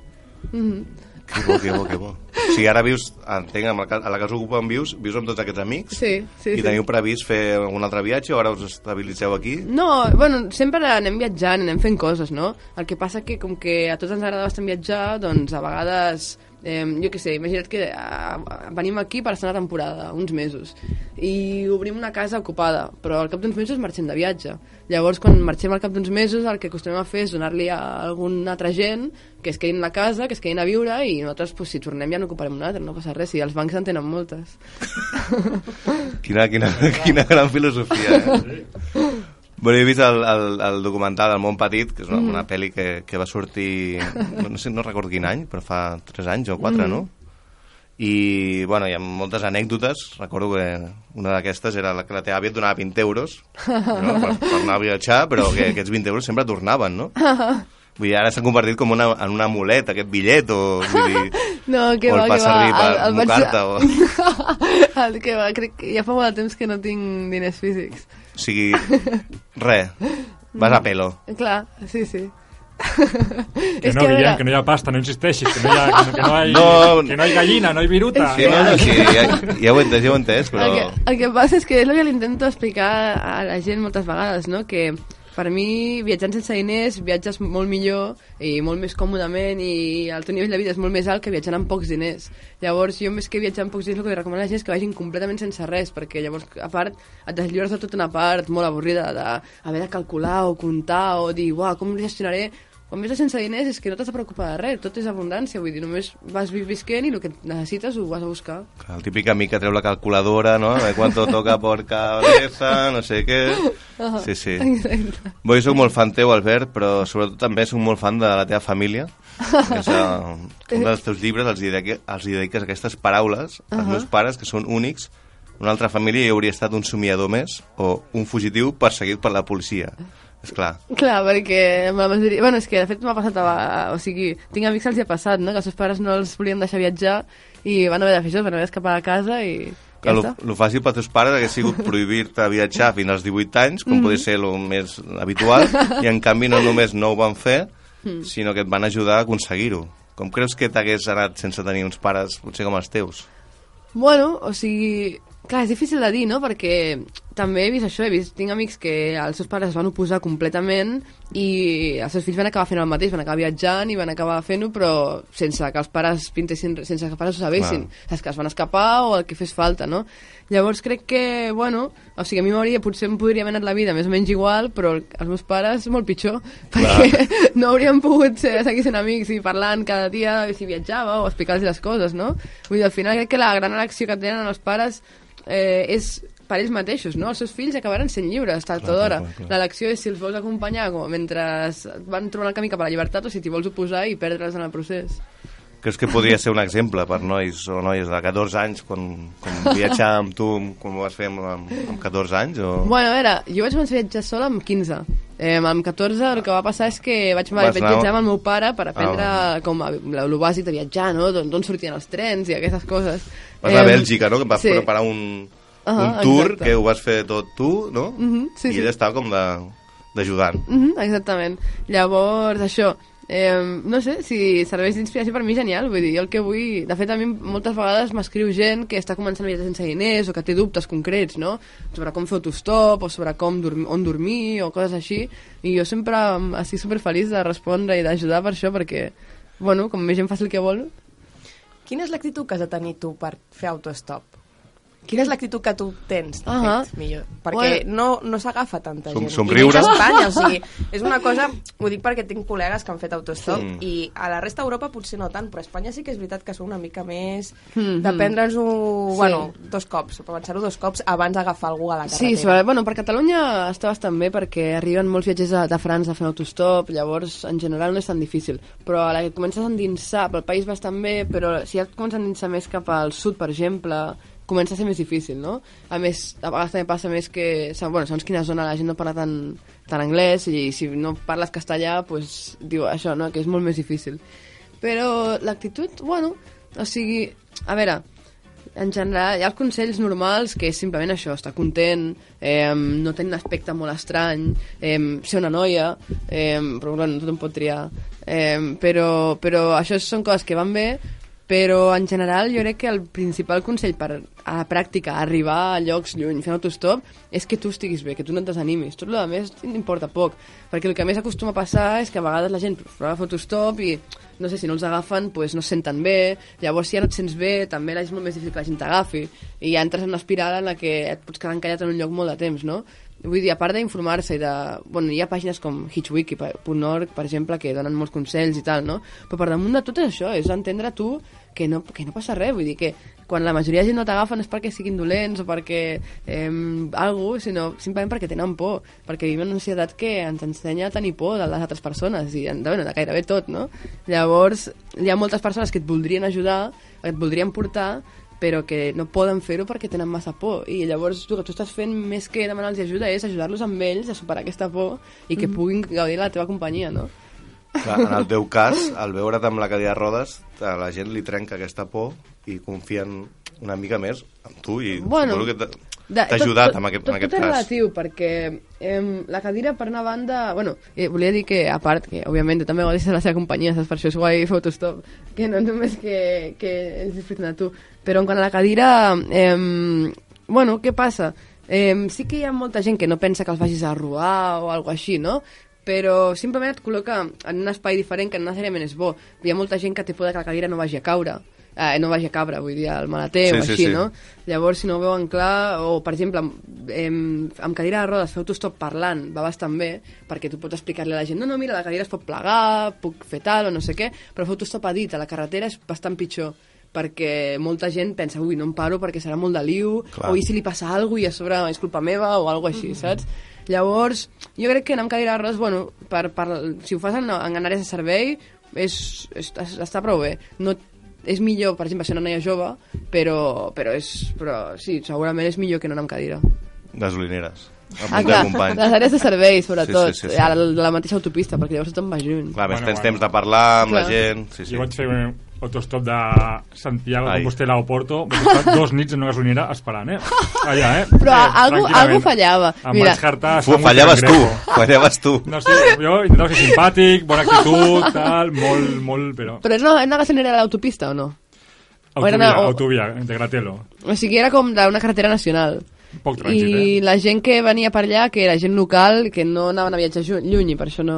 [SPEAKER 13] Mhm.
[SPEAKER 3] Que bo, que bo, que bo. O sigui, ara vius, entenc, amb la, ca- a la casa ocupen vius, vius amb tots aquests amics
[SPEAKER 13] Sí, sí,
[SPEAKER 3] i
[SPEAKER 13] sí.
[SPEAKER 3] teniu previst fer algun altre viatge o ara us estabilitzeu aquí?
[SPEAKER 13] No, bueno, sempre anem viatjant, anem fent coses, no? El que passa que, com que a tots ens agrada bastant viatjar, doncs a vegades, eh, jo què sé, imagina't que eh, venim aquí per estar una temporada, uns mesos, i obrim una casa ocupada, però al cap d'uns mesos marxem de viatge. Llavors, quan marxem al cap d'uns mesos, el que acostumem a fer és donar-li a alguna altra gent que es quedin a la casa, que es quedin a viure, i nosaltres, pues, si tornem, ja n'ocuparem una altra, no passa res, i els bancs en tenen moltes.
[SPEAKER 3] Quina, quina, quina gran filosofia, eh? Bueno, he vist el, el, el documental El món petit, que és una,
[SPEAKER 13] Mhm.
[SPEAKER 3] una pel·li que, que va sortir, no, no sé, no recordo quin any, però fa 3 anys o 4,
[SPEAKER 13] Mhm.
[SPEAKER 3] no? I, bueno, hi ha moltes anècdotes. Recordo que una d'aquestes era la que la teva àvia et donava 20 euros no? per, per anar a viatjar, però que aquests 20 euros sempre tornaven, no? Vull dir, ara s'ha convertit com una, en una amulet, aquest bitllet, o... Vull dir,
[SPEAKER 13] No, que
[SPEAKER 3] o el
[SPEAKER 13] va, que
[SPEAKER 3] fas
[SPEAKER 13] va.
[SPEAKER 3] servir per mocar-te, o...
[SPEAKER 13] el que va, crec que ja fa molt de temps que no tinc diners físics.
[SPEAKER 3] O sigui, res, vas a pelo.
[SPEAKER 13] Clar, sí, sí.
[SPEAKER 4] Que no,
[SPEAKER 13] a
[SPEAKER 4] Guillem,
[SPEAKER 13] veure-
[SPEAKER 4] que no hi ha pasta, no insisteixis, que no hi ha, que no, que no, hi,
[SPEAKER 3] No.
[SPEAKER 4] que no hi ha gallina, no hi viruta.
[SPEAKER 3] Sí, no, no, sí, ja, ja ho he entès, ja ho he entès, però...
[SPEAKER 13] El que, el que passa és que és el que li intento explicar a la gent moltes vegades, no? Que per mi, viatjant sense diners, viatges molt millor i molt més còmodament i el teu nivell de vida és molt més alt que viatjant amb pocs diners. Llavors, jo més que viatjar amb pocs diners, el que li recomano a la gent és que vagin completament sense res, perquè llavors, a part, et deslliures de tota una part molt avorrida d'haver de calcular o comptar o dir, uau, com gestionaré quan vius sense diners és que no t'has de preocupar de res, tot és abundància, vull dir, només vas vi- visquent i el que necessites ho vas a buscar.
[SPEAKER 3] El típic amic que treu la calculadora, no? A ver cuánto toca por cabeza, no sé què... Sí, sí.
[SPEAKER 13] Exacte.
[SPEAKER 3] Bo, jo soc molt fan teu, Albert, però sobretot també soc molt fan de la teva família. Que és, eh, un dels teus llibres els, hi dedique, els hi dediques aquestes paraules als
[SPEAKER 13] Ahà.
[SPEAKER 3] meus pares, que són únics. Una altra família i hauria estat un somiador més o un fugitiu perseguit per la policia. És clar.
[SPEAKER 13] Clar, perquè amb la majoria... Bueno, és que de fet m'ha passat... A... O sigui, tinc amics que els hi ha passat, no? Que els seus pares no els volien deixar viatjar i van haver de fer això, van haver d'escapar a casa i...
[SPEAKER 3] Que
[SPEAKER 13] Ja
[SPEAKER 3] lo,
[SPEAKER 13] està.
[SPEAKER 3] lo fàcil pels teus pares hagués sigut prohibir-te viatjar fins als 18 anys, com mm
[SPEAKER 13] Mhm.
[SPEAKER 3] -hmm. podria ser el més habitual, i en canvi no només no ho van fer,
[SPEAKER 13] Mm.
[SPEAKER 3] sinó que et van ajudar a aconseguir-ho. Com creus que t'hagués anat sense tenir uns pares, potser com els teus?
[SPEAKER 13] Bueno, o sigui... Clar, és difícil de dir, no? Perquè també he vist això, he vist, tinc amics que els seus pares es van oposar completament i els seus fills van acabar fent el mateix, van acabar viatjant i van acabar fent-ho, però sense que els pares pintessin, res, sense que els pares ho sabessin. Els que es van escapar o el que fes falta, no? Llavors crec que, bueno, o sigui, a mi m'hauria, potser em podria haver anat la vida més o menys igual, però els meus pares molt pitjor, perquè no hauríem pogut ser, seguir sent amics i parlant cada dia si viatjava o explicar-los les coses, no? Vull dir, al final crec que la gran elecció que tenen els pares eh, és per ells mateixos, no? Els seus fills acabaran sent lliures tard o d'hora.
[SPEAKER 11] clar, clar.
[SPEAKER 13] L'elecció és si els vols acompanyar com, mentre van trobant el camí cap a la llibertat o si t'hi vols oposar i perdre's en el procés.
[SPEAKER 3] Creus que podria ser un exemple per nois o noies de 14 anys, quan, quan viatjar amb tu, com ho vas fer amb, amb, amb 14 anys? O...
[SPEAKER 13] Bueno, a veure, jo vaig començar a viatjar sola amb 15. Eh, amb 14 el que va passar és que vaig,
[SPEAKER 3] Vas
[SPEAKER 13] vaig
[SPEAKER 3] anar-
[SPEAKER 13] viatjar amb el meu pare per aprendre
[SPEAKER 3] Ah,
[SPEAKER 13] ah, com a, lo, lo bàsic de viatjar, no? D'on d'on sortien els trens i aquestes coses.
[SPEAKER 3] Vas anar a Bèlgica, no? Que et vas sí. preparar un,
[SPEAKER 13] Ah,
[SPEAKER 3] un tour,
[SPEAKER 13] eh, exacte.
[SPEAKER 3] que ho vas fer tot tu, no?
[SPEAKER 13] Mhm,
[SPEAKER 3] I
[SPEAKER 13] sí, sí.
[SPEAKER 3] ella estava com de... d'ajudant.
[SPEAKER 13] Mm -hmm, exactament. Llavors, això, eh, no sé, si serveix d'inspiració per mi, genial, vull dir, jo el que vull... De fet, a mi moltes vegades m'escriu gent que està començant a viatjar sense diners o que té dubtes concrets, no?, sobre com fer autostop o sobre com dormir, on dormir o coses així, i jo sempre em- estic superfeliç de respondre i d'ajudar per això, perquè, bueno, com més gent faci el que vol...
[SPEAKER 14] Quina és l'actitud que has de tenir tu per fer autostop? Quina és l'actitud que tu tens, de
[SPEAKER 13] Ahà.
[SPEAKER 14] fet, millor? Perquè no, no s'agafa tanta
[SPEAKER 3] Som-
[SPEAKER 14] gent.
[SPEAKER 3] somriure.
[SPEAKER 14] I menys a Espanya, o sigui, és una cosa... Ho dic perquè tinc col·legues que han fet autostop
[SPEAKER 3] Mm.
[SPEAKER 14] i a la resta d'Europa potser no tant, però a Espanya sí que és veritat que són una mica més...
[SPEAKER 13] Mhm.
[SPEAKER 14] De prendre'ns-ho,
[SPEAKER 13] Sí.
[SPEAKER 14] bueno, dos cops, pensar-ho dos cops abans d'agafar algú a la carretera.
[SPEAKER 13] Sí, sobre, bueno, per Catalunya està bastant bé perquè arriben molts viatgers de, de França fent autostop, llavors en general no és tan difícil. Però a la que comences a endinsar pel país bastant bé, però si ja et comences a endinsar més cap al sud, per exemple, comença a ser més difícil, no? A més, a vegades també passa més que, se- bueno, segons quina zona la gent no parla tant, tant anglès i si no parles castellà, doncs diu això, no?, que és molt més difícil. Però l'actitud, bueno, o sigui, a veure, en general, hi ha els consells normals, que és simplement això, estar content, eh, no tenir un aspecte molt estrany, eh, ser una noia, eh, però bueno, tothom pot triar. Eh, però, però això són coses que van bé, però en general jo crec que el principal consell per a la pràctica, arribar a llocs lluny fent autostop, és que tu estiguis bé, que tu no et desanimis. Tot el que més t'importa poc, perquè el que més acostuma a passar és que a vegades la gent prova autostop i no sé, si no els agafen, doncs no es senten bé, llavors si ja no et sents bé, també és molt més difícil que la gent t'agafi, i ja entres en una espiral en la que et pots quedar encallat en un lloc molt de temps, no? Vull dir, a part d'informar-se i de... Bueno, hi ha pàgines com hitchwiki.org, per exemple, que donen molts consells i tal, no? Però per damunt de tot és això, és entendre tu que no, que no passa res, vull dir que quan la majoria de gent no t'agafen és perquè siguin dolents o perquè eh, algú, sinó simplement perquè tenen por, perquè vivim en una societat que ens ensenya a tenir por de les altres persones i de, bueno, de gairebé tot, no? Llavors, hi ha moltes persones que et voldrien ajudar, et voldrien portar, però que no poden fer-ho perquè tenen massa por i llavors tu, que tu estàs fent més que demanar-los ajuda és ajudar-los amb ells a superar aquesta por i que
[SPEAKER 14] Mhm.
[SPEAKER 13] puguin gaudir de la teva companyia, no?
[SPEAKER 3] Clar, en el teu cas, al veure't amb la cadira de rodes, a la gent li trenca aquesta por i confien una mica més en tu i
[SPEAKER 13] Bueno,
[SPEAKER 3] suposo que t'ha
[SPEAKER 13] De-
[SPEAKER 3] t'ha
[SPEAKER 13] tot-
[SPEAKER 3] ajudat
[SPEAKER 13] tot-
[SPEAKER 3] amb aquest,
[SPEAKER 13] tot,
[SPEAKER 3] amb aquest
[SPEAKER 13] tot és
[SPEAKER 3] cas.
[SPEAKER 13] relatiu, perquè eh, la cadira, per una banda... Bueno, eh, volia dir que, a part, que, òbviament, també gaudis de la seva companyia, saps? Per això és guai Photostop, que no només que, que ens disfruten de tu. Però en quant a la cadira, eh, bueno, què passa? Eh, sí que hi ha molta gent que no pensa que els vagis a robar o alguna així, no? però simplement et col·loca en un espai diferent que no necessàriament és bo. Hi ha molta gent que té por de que la cadira no vagi a caure, eh, no vagi a cabre, vull dir, al malater
[SPEAKER 11] Sí,
[SPEAKER 13] o
[SPEAKER 11] sí,
[SPEAKER 13] així,
[SPEAKER 11] sí.
[SPEAKER 13] no? Llavors, si no ho veuen clar, o per exemple, amb, em, amb cadira de rodes, feu autostop parlant, va bastant bé, perquè tu pots explicar-li a la gent, no, no, mira, la cadira es pot plegar, puc fer tal o no sé què, però fer autostop a dit a la carretera és bastant pitjor perquè molta gent pensa, ui, no em paro perquè serà molt de liu,
[SPEAKER 11] Clar.
[SPEAKER 13] o i si li passa alguna cosa i a sobre és culpa meva o alguna cosa així, saps? Llavors, jo crec que anar amb cadira de rodes, bueno, per, per, si ho fas en, en àrees de servei, és, és, està prou bé. No, és millor, per exemple, ser una noia jove, però, però, és, però sí, segurament és millor que no anar amb cadira.
[SPEAKER 3] Gasolineres.
[SPEAKER 13] Ah,
[SPEAKER 3] Apunta,
[SPEAKER 13] clar,
[SPEAKER 3] company.
[SPEAKER 13] les àrees de servei, sobretot,
[SPEAKER 3] Sí, sí, sí, sí.
[SPEAKER 13] a la, la mateixa autopista, perquè llavors tothom va junt.
[SPEAKER 3] Clar, més tens temps de parlar amb la
[SPEAKER 13] Clar.
[SPEAKER 3] gent. Sí, sí.
[SPEAKER 4] Jo vaig fer un autostop de Santiago,
[SPEAKER 3] Ai.
[SPEAKER 4] Compostela o Porto, vaig estar dos nits en una gasolinera esperant, eh? Allà, eh? eh,
[SPEAKER 13] Però algú-
[SPEAKER 4] tranquil·lament.
[SPEAKER 13] algú fallava.
[SPEAKER 4] Em
[SPEAKER 13] Mira.
[SPEAKER 4] vaig hartar...
[SPEAKER 3] Fu, fallaves tu, fallaves tu.
[SPEAKER 4] No sé, jo intentava ser simpàtic, bona actitud, tal, molt, molt, però...
[SPEAKER 13] Però no, era una gasolinera de l'autopista o no? O era
[SPEAKER 4] Autovia,
[SPEAKER 13] una- o-
[SPEAKER 4] autovia, de Gratelo.
[SPEAKER 13] O sigui, era com d'una carretera nacional.
[SPEAKER 4] Poc trànsit, eh?
[SPEAKER 13] I la gent que venia per allà, que era gent local, que no anaven a viatjar ju- lluny, i per això no...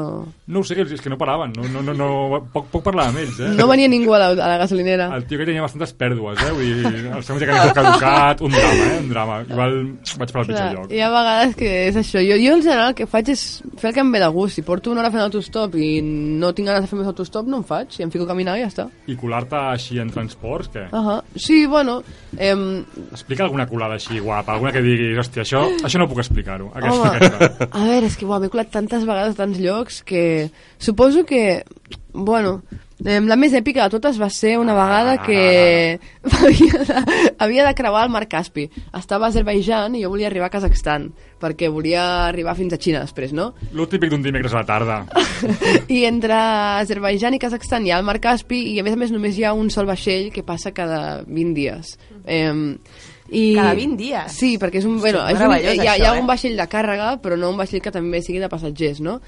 [SPEAKER 4] No ho sé, és que no paraven, no, no, no, no poc, poc parlava amb ells, eh?
[SPEAKER 13] No venia ningú a la, a la gasolinera.
[SPEAKER 4] El tio que tenia bastantes pèrdues, eh? Vull dir, el segon dia que havia caducat, un drama, eh? Un drama. Igual vaig per al pitjor lloc.
[SPEAKER 13] hi ha vegades que és això. Jo, jo en general el que faig és fer el que em ve de gust. Si porto una hora fent autostop i no tinc ganes de fer més autostop, no en faig. I em fico a caminar i ja està.
[SPEAKER 4] I colar-te així en transports, què?
[SPEAKER 13] Uh -huh. Sí, bueno... Em,
[SPEAKER 4] Explica alguna colada així guapa, alguna que diguis, hòstia, això, això no puc explicar-ho. Aquesta,
[SPEAKER 13] Home,
[SPEAKER 4] aquesta.
[SPEAKER 13] a veure, és que uau, m'he colat tantes vegades a tants llocs que suposo que, bueno, Em, La més èpica de totes va ser una vegada que havia de, havia de creuar el mar Caspi. Estava a Azerbaijan i jo volia arribar a Kazakhstan, perquè volia arribar fins a Xina després, no?
[SPEAKER 4] Lo típic d'un dimecres a la tarda.
[SPEAKER 13] I entre Azerbaijan i Kazakhstan hi ha el mar Caspi i a més a més només hi ha un sol vaixell que passa cada 20 dies. Eh, i...
[SPEAKER 14] Cada 20 dies?
[SPEAKER 13] Sí, perquè és un, bueno, és un,
[SPEAKER 14] meravellós,
[SPEAKER 13] hi, ha, hi ha
[SPEAKER 14] això, eh?
[SPEAKER 13] un vaixell de càrrega, però no un vaixell que també sigui de passatgers, no?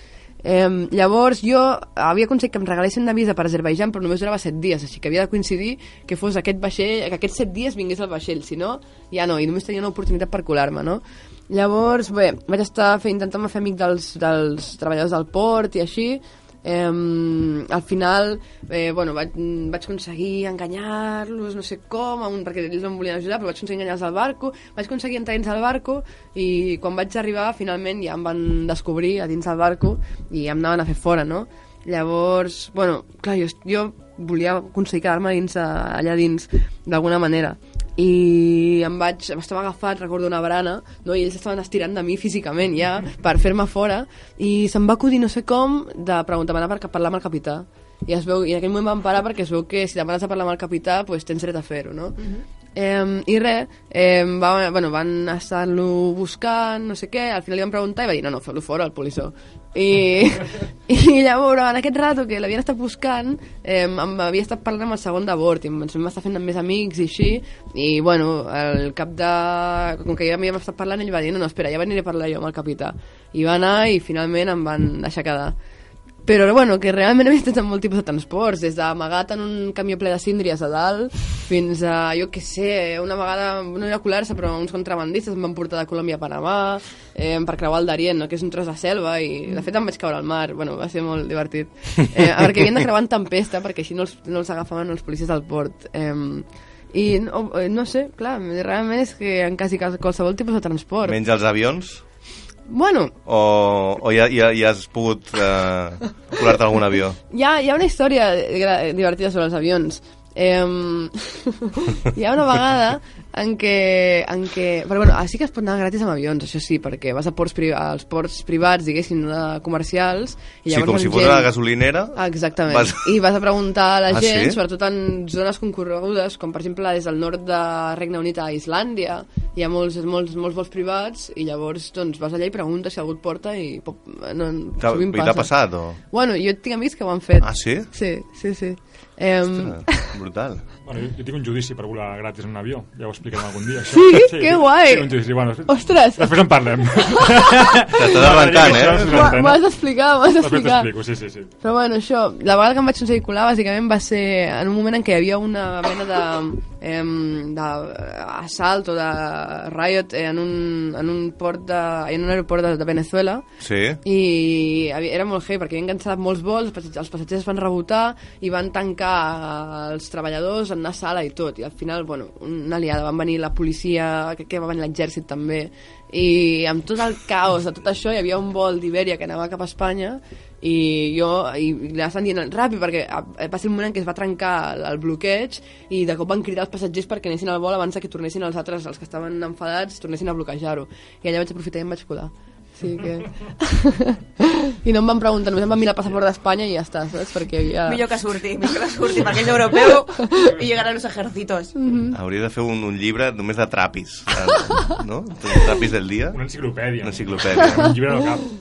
[SPEAKER 13] Eh, llavors jo havia aconseguit que em regalessin una visa per Azerbaijan però només durava 7 dies, així que havia de coincidir que fos aquest vaixell, que aquests 7 dies vingués el vaixell, si no, ja no, i només tenia una oportunitat per colar-me, no? Llavors, bé, vaig estar fent, intentant fer amic dels, dels treballadors del port i així, Eh, al final eh, bueno, vaig, vaig aconseguir enganyar-los, no sé com, a un, perquè ells no em volien ajudar, però vaig aconseguir enganyar-los al barco, vaig aconseguir entrar dins del barco i quan vaig arribar, finalment, ja em van descobrir a dins del barco i em anaven a fer fora, no? Llavors, bueno, clar, jo, jo volia aconseguir quedar-me dins, eh, allà dins, d'alguna manera i em vaig, estava agafat, recordo una barana, no? i ells estaven estirant de mi físicament ja per fer-me fora, i se'm va acudir no sé com de preguntar-me per parlar amb el capità. I es veu, i en aquell moment vam parar perquè es veu que si demanes de parlar amb el capità, pues, tens dret a fer-ho, no? Eh, I res, eh, va, bueno, van estar-lo buscant, no sé què, al final li van preguntar i va dir, no, no, feu-lo fora, el polissó. I, I llavors, en aquest rato que l'havien estat buscant, eh, em havia estat parlant amb el segon de bord i em vam estar fent més amics i així, i bueno, el cap de... Com que ja m'havíem estat parlant, ell va dir, no, no, espera, ja aniré a parlar jo amb el capità. I va anar i finalment em van deixar quedar. Però, bueno, que realment havia estat en molt tipus de transports, des d'amagat en un camió ple de síndries a dalt, fins a, jo què sé, una vegada, no era colar-se, però uns contrabandistes em van portar de Colòmbia a Panamà, eh, per creuar el Darien, no? que és un tros de selva, i de fet em vaig caure al mar, bueno, va ser molt divertit. Eh, perquè havien de creuar en tempesta, perquè així no els, no els agafaven els policies del port. Eh, I no, eh, no sé, clar, realment és que en quasi cas- qualsevol tipus de transport.
[SPEAKER 3] Menys els avions?
[SPEAKER 13] Bueno,
[SPEAKER 3] O, o ja, ja, ja has pogut eh, colar-te algun avió?
[SPEAKER 13] Hi ha, hi ha una història gra- divertida sobre els avions. Um, hi ha una vegada en què, en què... Però bueno, sí que es pot anar gratis amb avions, això sí, perquè vas a ports pri als ports privats, diguéssim, no de comercials...
[SPEAKER 3] Sí,
[SPEAKER 13] llavors
[SPEAKER 3] com
[SPEAKER 13] amb
[SPEAKER 3] si fos
[SPEAKER 13] gent-
[SPEAKER 3] una gasolinera.
[SPEAKER 13] Exactament.
[SPEAKER 3] Vas-
[SPEAKER 13] Vas... I vas a preguntar a la
[SPEAKER 3] Ah,
[SPEAKER 13] gent,
[SPEAKER 3] sí?
[SPEAKER 13] sobretot en zones concorregudes, com per exemple des del nord de Regne Unit a Islàndia, hi ha molts, molts, molts vols privats, i llavors doncs, vas allà i preguntes si algú et porta i pop, no,
[SPEAKER 3] T'ha-
[SPEAKER 13] sovint
[SPEAKER 3] i t'ha
[SPEAKER 13] passa.
[SPEAKER 3] passat, o?
[SPEAKER 13] Bueno, jo tinc amics que ho han fet.
[SPEAKER 3] Ah, sí?
[SPEAKER 13] Sí, sí, sí. Um,
[SPEAKER 3] Brutal.
[SPEAKER 4] Bueno, jo, jo tinc un judici per volar gratis en un avió. Ja ho explicarem algun dia.
[SPEAKER 13] Sí? Que guai! Oh.
[SPEAKER 4] Tinc un judici, bueno...
[SPEAKER 13] Ostres!
[SPEAKER 4] Després en parlem.
[SPEAKER 3] T'estàs arrencant, eh?
[SPEAKER 13] M'ho has d'explicar, m'ho has
[SPEAKER 4] Després
[SPEAKER 13] d'explicar.
[SPEAKER 4] t'explico, sí, sí, sí.
[SPEAKER 13] Però bueno, això, la vegada que em vaig aconseguir colar bàsicament va ser en un moment en què hi havia una mena de, em, de assalt o de riot eh, en un, en un, port de, en un aeroport de, de Venezuela
[SPEAKER 3] Sí.
[SPEAKER 13] i havia- era molt heavy perquè havien cancel·lat molts vols, els passatgers, els passatgers van rebotar i van tancar eh, els treballadors en una sala i tot i al final, bueno, una liada, van venir la policia crec que va venir l'exèrcit també i amb tot el caos de tot això hi havia un vol d'Iberia que anava cap a Espanya i jo i li estan dient ràpid perquè eh, va ser un moment en què es va trencar el, el bloqueig i de cop van cridar els passatgers perquè anessin al vol abans de que tornessin els altres, els que estaven enfadats tornessin a bloquejar-ho i allà vaig aprofitar i em vaig colar Sí que... I no em van preguntar, només em van mirar el passaport d'Espanya i ja està, saps? Perquè ja...
[SPEAKER 5] Millor que surti, millor que surti, perquè és europeu i llegaran los ejércitos.
[SPEAKER 13] Mm.
[SPEAKER 3] Hauries de fer un, un llibre només de trapis, de- no? De trapis del dia.
[SPEAKER 13] Mm.
[SPEAKER 4] Una enciclopèdia.
[SPEAKER 3] Una enciclopèdia.
[SPEAKER 4] Un llibre no cap.
[SPEAKER 3] O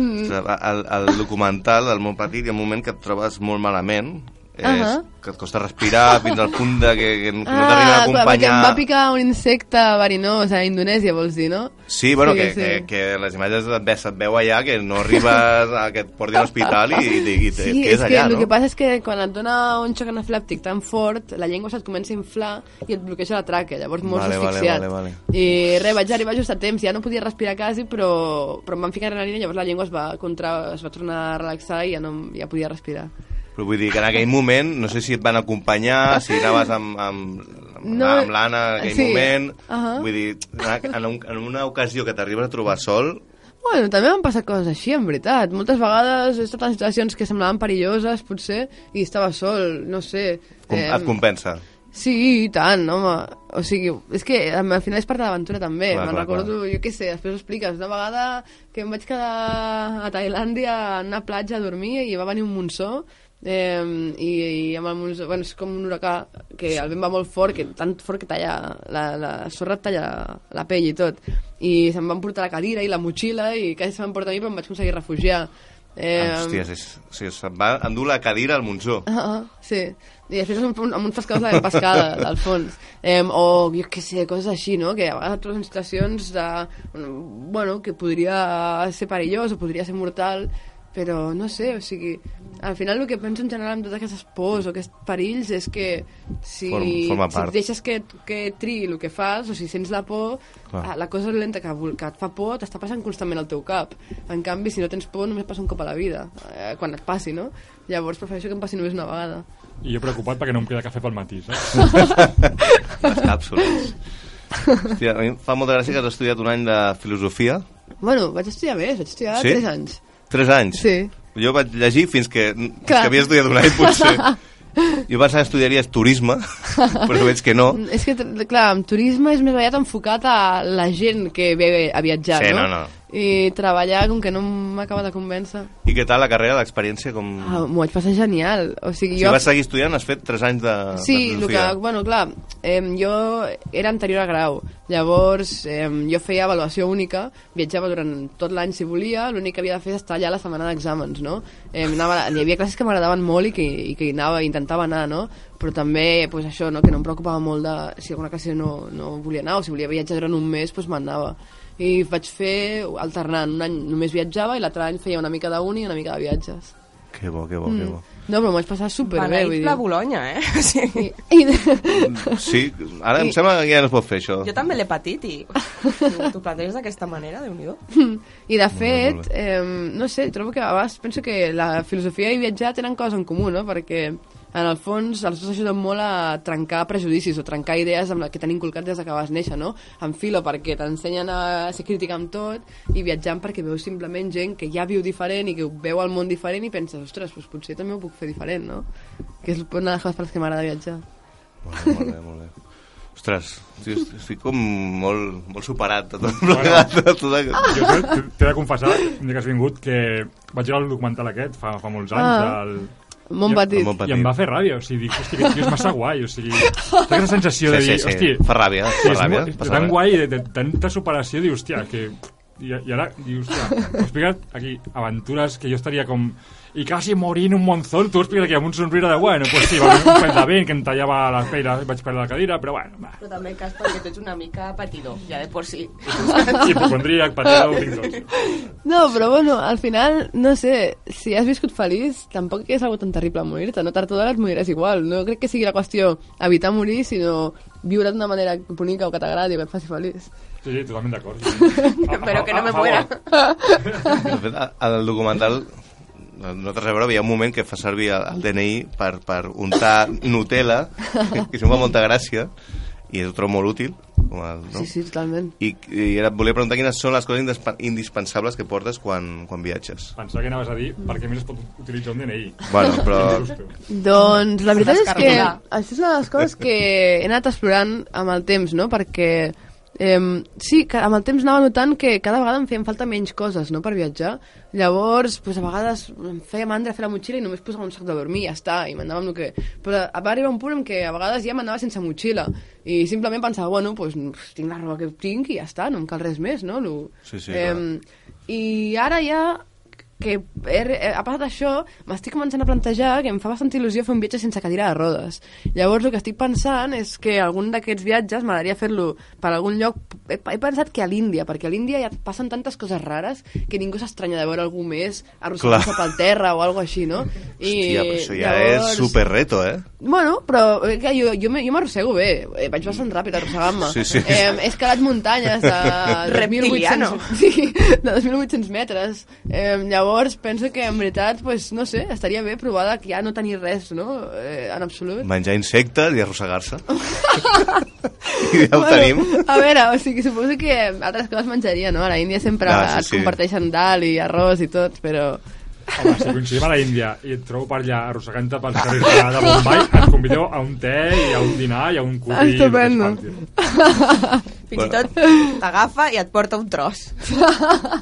[SPEAKER 3] sigui, El, el documental, el molt petit, hi ha un moment que et trobes molt malament, és,
[SPEAKER 13] Ahà.
[SPEAKER 3] que et costa respirar fins al punt de que, que no t'arriba a
[SPEAKER 13] Ah, clar, perquè
[SPEAKER 3] acompanyar...
[SPEAKER 13] em va picar un insecte verinós a Indonèsia, vols dir, no?
[SPEAKER 3] Sí, bueno,
[SPEAKER 13] Sí,
[SPEAKER 3] que,
[SPEAKER 13] sí.
[SPEAKER 3] Que, que les imatges et ve, se't veu allà, que no arribes a que et portin a l'hospital i, i, i, te- et
[SPEAKER 13] Sí,
[SPEAKER 3] quedes
[SPEAKER 13] és que
[SPEAKER 3] allà,
[SPEAKER 13] el
[SPEAKER 3] no?
[SPEAKER 13] que passa és que quan et dona un xoc anafilàptic tan fort, la llengua se't comença a inflar i et bloqueja la traca, llavors mors
[SPEAKER 3] Vale, vale,
[SPEAKER 13] asfixiat.
[SPEAKER 3] vale, vale.
[SPEAKER 13] I res, vaig arribar just a temps, ja no podia respirar quasi, però, però em van ficar adrenalina i llavors la llengua es va, contra, es va tornar a relaxar i ja, no, ja podia respirar.
[SPEAKER 3] Però vull dir que en aquell moment, no sé si et van acompanyar, si anaves amb, amb, amb,
[SPEAKER 13] No,
[SPEAKER 3] no, amb l'Anna en aquell
[SPEAKER 13] sí.
[SPEAKER 3] moment...
[SPEAKER 13] Ahà.
[SPEAKER 3] Vull dir, en, en, un, en una ocasió que t'arribes a trobar sol,
[SPEAKER 13] Bueno, també m'han passat coses així, en veritat. Moltes vegades he estat en situacions que semblaven perilloses, potser, i estava sol, no sé. Eh,
[SPEAKER 3] com,
[SPEAKER 13] Em,
[SPEAKER 3] et compensa.
[SPEAKER 13] Sí, i tant, home. O sigui, és que em, al final és part de l'aventura també.
[SPEAKER 3] Clar,
[SPEAKER 13] Me'n
[SPEAKER 3] clar,
[SPEAKER 13] recordo, jo què sé, després ho expliques. Una vegada que em vaig quedar a Tailàndia en una platja a dormir i va venir un monsó Eh, i, i amb el monzó, bueno, és com un huracà que el vent va molt fort, que tan fort que talla la, la sorra et talla la, la pell i tot i se'm van portar la cadira i la motxilla i quasi se van portar a mi però em vaig aconseguir refugiar eh,
[SPEAKER 3] Ah, Hòsties, és, o sigui, se'n va endur la cadira al Monzó.
[SPEAKER 13] Ah, ah, sí. I després amb, un- amb uns pescadors de la pescada, al fons. Eh, o, jo què sé, coses així, no? Que a vegades trobes en situacions de... Bueno, que podria ser perillós o podria ser mortal, però no sé, o sigui... Al final el que penso en general amb totes aquestes pors o aquests perills és que si,
[SPEAKER 3] Form- forma
[SPEAKER 13] si
[SPEAKER 3] part.
[SPEAKER 13] et deixes que, que triï el que fas, o si sents la por,
[SPEAKER 3] Clar.
[SPEAKER 13] ah, la cosa dolenta que, vol- que et fa por t'està passant constantment al teu cap. En canvi, si no tens por, només passa un cop a la vida, eh, quan et passi, no? Llavors prefereixo que em passi només una vegada.
[SPEAKER 4] I jo preocupat perquè no em queda cafè pel matí, saps?
[SPEAKER 3] Les càpsules. Hòstia, a mi em fa molta gràcia que has estudiat un any de filosofia.
[SPEAKER 13] Bueno, vaig estudiar més, vaig estudiar
[SPEAKER 3] Sí?
[SPEAKER 13] 3 anys.
[SPEAKER 3] Tres anys.
[SPEAKER 13] Sí.
[SPEAKER 3] Jo vaig llegir fins que, fins que
[SPEAKER 13] Clar.
[SPEAKER 3] havia estudiat un any, potser. Jo pensava que estudiaries turisme, però veig que no.
[SPEAKER 13] És que, tr- clar, amb turisme és més aviat enfocat a la gent que ve a viatjar,
[SPEAKER 3] Sí,
[SPEAKER 13] no?
[SPEAKER 3] no, no.
[SPEAKER 13] I treballar, com que no m'acaba de convèncer.
[SPEAKER 3] I què tal la carrera, l'experiència? Com...
[SPEAKER 13] Ah, M'ho vaig passar genial. O sigui,
[SPEAKER 3] Si
[SPEAKER 13] jo...
[SPEAKER 3] vas seguir estudiant, has fet tres anys de, de
[SPEAKER 13] Sí, el que,
[SPEAKER 3] filosofia.
[SPEAKER 13] bueno, clar, eh, jo era anterior a grau, llavors eh, jo feia avaluació única, viatjava durant tot l'any si volia, l'únic que havia de fer és estar allà la setmana d'exàmens, no? Eh, anava, hi havia classes que m'agradaven molt i que, i que hi anava, intentava anar, no? Però també, pues, això, no? que no em preocupava molt de si alguna classe no, no volia anar o si volia viatjar durant un mes, doncs me'n anava. I vaig fer alternant, un any només viatjava i l'altre any feia una mica d'uni i una mica de viatges.
[SPEAKER 3] Que bo, que bo, que
[SPEAKER 13] Mm.
[SPEAKER 3] bo.
[SPEAKER 13] No, però m'ho vaig passar superbé.
[SPEAKER 14] Beneït
[SPEAKER 13] vull dir.
[SPEAKER 14] la Bologna, eh? O sigui,
[SPEAKER 13] I,
[SPEAKER 3] Mm, Sí, ara em
[SPEAKER 14] I-
[SPEAKER 3] sembla que ja no es pot fer això.
[SPEAKER 14] Jo també l'he patit i t'ho planteges d'aquesta manera, déu nhi
[SPEAKER 13] I de fet, eh, no sé, trobo que a vegades penso que la filosofia i viatjar tenen coses en comú, no? Perquè en el fons els dos ajuden molt a trencar prejudicis o trencar idees amb la que t'han inculcat des de que vas néixer, no? En filo perquè t'ensenyen a ser crítica amb tot i viatjant perquè veus simplement gent que ja viu diferent i que ho veu el món diferent i penses, ostres, doncs potser també ho puc fer diferent, no? Que és una de les coses per les que m'agrada viatjar.
[SPEAKER 3] Molt bé, molt bé, molt bé. Ostres, tio, estic com molt, molt superat de tot
[SPEAKER 4] Bueno,
[SPEAKER 3] plegat. de tot
[SPEAKER 13] Ah!
[SPEAKER 4] jo
[SPEAKER 3] aquest-
[SPEAKER 4] t'he- t'he de confessar, un dia que has vingut, que vaig veure el documental aquest fa, fa molts anys.
[SPEAKER 13] Ah,
[SPEAKER 4] del...
[SPEAKER 13] Món
[SPEAKER 4] i-
[SPEAKER 13] Petit. Món
[SPEAKER 4] I
[SPEAKER 13] Petit.
[SPEAKER 4] em va fer ràbia, o sigui, dic, hosti, aquest tio és massa guai, o sigui, té aquesta sensació de
[SPEAKER 3] Sí,
[SPEAKER 4] dir,
[SPEAKER 3] sí, sí,
[SPEAKER 4] hosti...
[SPEAKER 3] fa ràbia,
[SPEAKER 4] sí,
[SPEAKER 3] fa
[SPEAKER 4] és
[SPEAKER 3] ràbia,
[SPEAKER 4] molt-
[SPEAKER 3] passa
[SPEAKER 4] És tan
[SPEAKER 3] ràbia.
[SPEAKER 4] guai, de, de tanta superació, dius, hòstia, que... I, i ara, dius, hòstia, ho explicat aquí, aventures que jo estaria com... I quasi morint un monzón, tu ho expliques aquí amb un somriure de, bueno, pues sí, va haver un pèl de vent que em tallava la pera, vaig perdre la cadira, però bueno, va.
[SPEAKER 5] Però també cas perquè tu ets una mica patidor, ja de por sí.
[SPEAKER 4] Sí, hipocondríac, patidor, ho tinc tot.
[SPEAKER 13] No, però bueno, al final, no sé, si has viscut feliç, tampoc és algo tan terrible morir-te, no tard o d'hora et moriràs igual. No crec que sigui la qüestió evitar morir, sinó viure d'una manera bonica o que t'agradi o que et faci feliç.
[SPEAKER 4] Sí, sí, totalment d'acord.
[SPEAKER 13] Però que no me muera.
[SPEAKER 3] De fet, a- al documental no té res a veure, hi ha un moment que fa servir el, el DNI per, per untar Nutella, que això em fa molta gràcia, i ho trobo molt útil. Com el, no?
[SPEAKER 13] Sí, sí, totalment.
[SPEAKER 3] I, I ara et volia preguntar quines són les coses indispa- indispensables que portes quan, quan viatges.
[SPEAKER 4] Pensava que anaves a dir perquè més es pot utilitzar un DNI.
[SPEAKER 3] Bueno, però-
[SPEAKER 13] Doncs la veritat és que
[SPEAKER 5] Descarregar.
[SPEAKER 13] això és una de les coses que he anat explorant amb el temps, no? Perquè eh, sí, que amb el temps anava notant que cada vegada em feien falta menys coses no? per viatjar. Llavors, pues, a vegades em feia mandra fer la motxilla i només posava un sac de dormir i ja està, i m'anava amb el que... Però va arribar un punt en què a vegades ja m'anava sense motxilla i simplement pensava, bueno, pues, tinc la roba que tinc i ja està, no em cal res més, no? Lo,
[SPEAKER 3] Sí, sí,
[SPEAKER 13] Em, I ara ja que he, he- a part d'això m'estic començant a plantejar que em fa bastanta il·lusió fer un viatge sense cadira de rodes llavors el que estic pensant és que algun d'aquests viatges m'agradaria fer-lo per algun lloc he, he pensat que a l'Índia perquè a l'Índia ja passen tantes coses rares que ningú s'estranya de veure algú més arrossegant-se
[SPEAKER 3] Clar.
[SPEAKER 13] pel terra o alguna així no?
[SPEAKER 3] Hòstia, però això ja és super reto, eh?
[SPEAKER 13] Bueno, però eh, que jo, jo, me- jo m'arrossego bé, eh, vaig bastant ràpid arrossegant-me.
[SPEAKER 3] Sí, sí.
[SPEAKER 13] Eh, he escalat muntanyes de 2.800,
[SPEAKER 5] Reptiliano.
[SPEAKER 13] sí, de 2.800 metres. Eh, llavors penso que en veritat, pues, no sé, estaria bé provar de ja no tenir res, no? Eh, en absolut.
[SPEAKER 3] Menjar insectes i arrossegar-se. I ja ho tenim.
[SPEAKER 13] A veure, o sigui, suposo que altres coses menjaria, no? A la Índia sempre
[SPEAKER 4] Ah, sí,
[SPEAKER 13] no, sí,
[SPEAKER 4] sí.
[SPEAKER 13] sí. comparteixen dal i arròs i tot, però...
[SPEAKER 4] Home, si coincidim a la Índia i et trobo per allà arrossegant-te pels carrers de, de Bombay, et convido a un te i a un dinar i a un curri.
[SPEAKER 13] Estupendo.
[SPEAKER 7] Fins i tot t'agafa i et porta un tros.
[SPEAKER 4] No,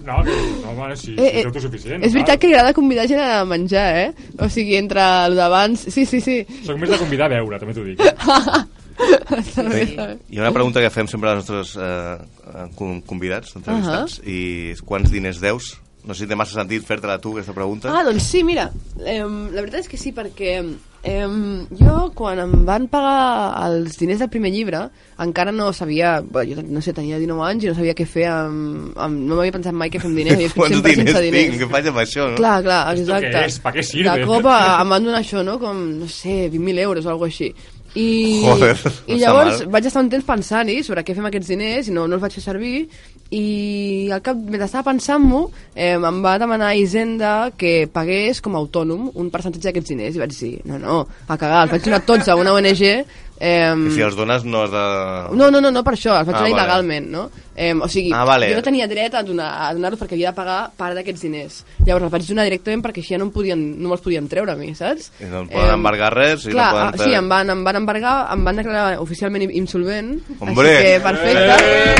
[SPEAKER 4] no, no home, si, si és autosuficient.
[SPEAKER 13] Eh, és veritat que agrada convidar gent a menjar, eh? O sigui, entre el d'abans... Sí, sí, sí.
[SPEAKER 4] Soc més de convidar a veure, també t'ho dic.
[SPEAKER 13] Està bé, està bé.
[SPEAKER 3] Eh, Hi ha una pregunta que fem sempre als nostres eh, con- convidats, entrevistats, i és quants diners deus? No sé si té massa sentit fer-te-la tu, aquesta pregunta.
[SPEAKER 13] Ah, doncs sí, mira, eh, la veritat és que sí, perquè eh, jo quan em van pagar els diners del primer llibre encara no sabia, bé, jo no sé, tenia 19 anys i no sabia què fer amb... amb no m'havia pensat mai què fer amb diners, havia fet
[SPEAKER 3] Quants
[SPEAKER 13] sempre
[SPEAKER 3] diners
[SPEAKER 13] sense
[SPEAKER 3] tinc?
[SPEAKER 13] diners.
[SPEAKER 3] Què faig amb això, no?
[SPEAKER 13] Clar, clar,
[SPEAKER 3] Esto
[SPEAKER 13] exacte.
[SPEAKER 3] què és? Pa què sirve?
[SPEAKER 13] De cop eh, em van donar això, no? Com, no sé, 20.000 euros o alguna així. I,
[SPEAKER 3] Joder,
[SPEAKER 13] i
[SPEAKER 3] està
[SPEAKER 13] llavors
[SPEAKER 3] mal.
[SPEAKER 13] vaig estar un temps pensant-hi sobre què fem amb aquests diners i no, no els vaig fer servir i al cap, mentre estava pensant-m'ho eh, em va demanar Hisenda que pagués com a autònom un percentatge d'aquests diners i vaig dir, no, no, a cagar, els vaig donar tots a una ONG
[SPEAKER 3] Que Si
[SPEAKER 13] eh,
[SPEAKER 3] els dones no has de...
[SPEAKER 13] no, no, no, no per això, els vaig
[SPEAKER 3] Ah,
[SPEAKER 13] donar
[SPEAKER 3] vale.
[SPEAKER 13] il·legalment, no? Eh, o sigui,
[SPEAKER 3] Ah, vale.
[SPEAKER 13] jo no tenia dret a donar- a donar-los donar perquè havia de pagar part d'aquests diners. Llavors els vaig donar directament perquè així ja no, em podien, no me'ls podien treure a mi, saps?
[SPEAKER 3] I no em poden embargar res i no
[SPEAKER 13] clar,
[SPEAKER 3] poden
[SPEAKER 13] ah,
[SPEAKER 3] treure-
[SPEAKER 13] Sí, em van, em van embargar, em van declarar oficialment im- insolvent.
[SPEAKER 3] Hombre.
[SPEAKER 13] Així que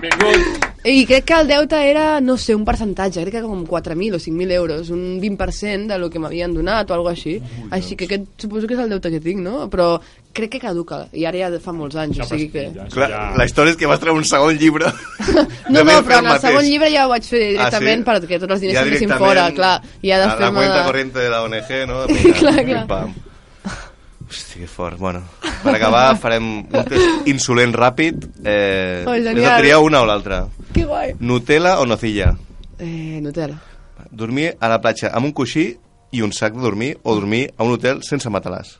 [SPEAKER 13] perfecte. I crec que el deute era, no sé, un percentatge, crec que com 4.000 o 5.000 euros, un 20% de lo que m'havien donat o alguna així. així que aquest suposo que és el deute que tinc, no? Però crec que caduca, i ara ja fa molts anys, o sigui que...
[SPEAKER 3] Clar, la història és que vas treure un segon llibre.
[SPEAKER 13] No,
[SPEAKER 3] També
[SPEAKER 13] no,
[SPEAKER 3] fer el
[SPEAKER 13] però en el
[SPEAKER 3] mateix.
[SPEAKER 13] segon llibre ja ho vaig fer
[SPEAKER 3] Ah,
[SPEAKER 13] directament
[SPEAKER 3] sí?
[SPEAKER 13] ah, sí? perquè tots els diners
[SPEAKER 3] Ja
[SPEAKER 13] ja s'entessin
[SPEAKER 3] directament
[SPEAKER 13] fora, clar. I ja
[SPEAKER 3] a la
[SPEAKER 13] desfer-me...
[SPEAKER 3] cuenta corriente de la ONG, no? Mira,
[SPEAKER 13] Clar,
[SPEAKER 3] pim,
[SPEAKER 13] clar.
[SPEAKER 3] pam. Hosti, que fort. Bueno, per acabar farem un test insolent ràpid. Eh,
[SPEAKER 13] Oh,
[SPEAKER 3] has de
[SPEAKER 13] genial.
[SPEAKER 3] triar una o l'altra.
[SPEAKER 13] Que guai.
[SPEAKER 3] Nutella o nocilla?
[SPEAKER 13] Eh, Nutella.
[SPEAKER 3] Dormir a la platja amb un coixí i un sac de dormir o dormir a un hotel sense matalàs.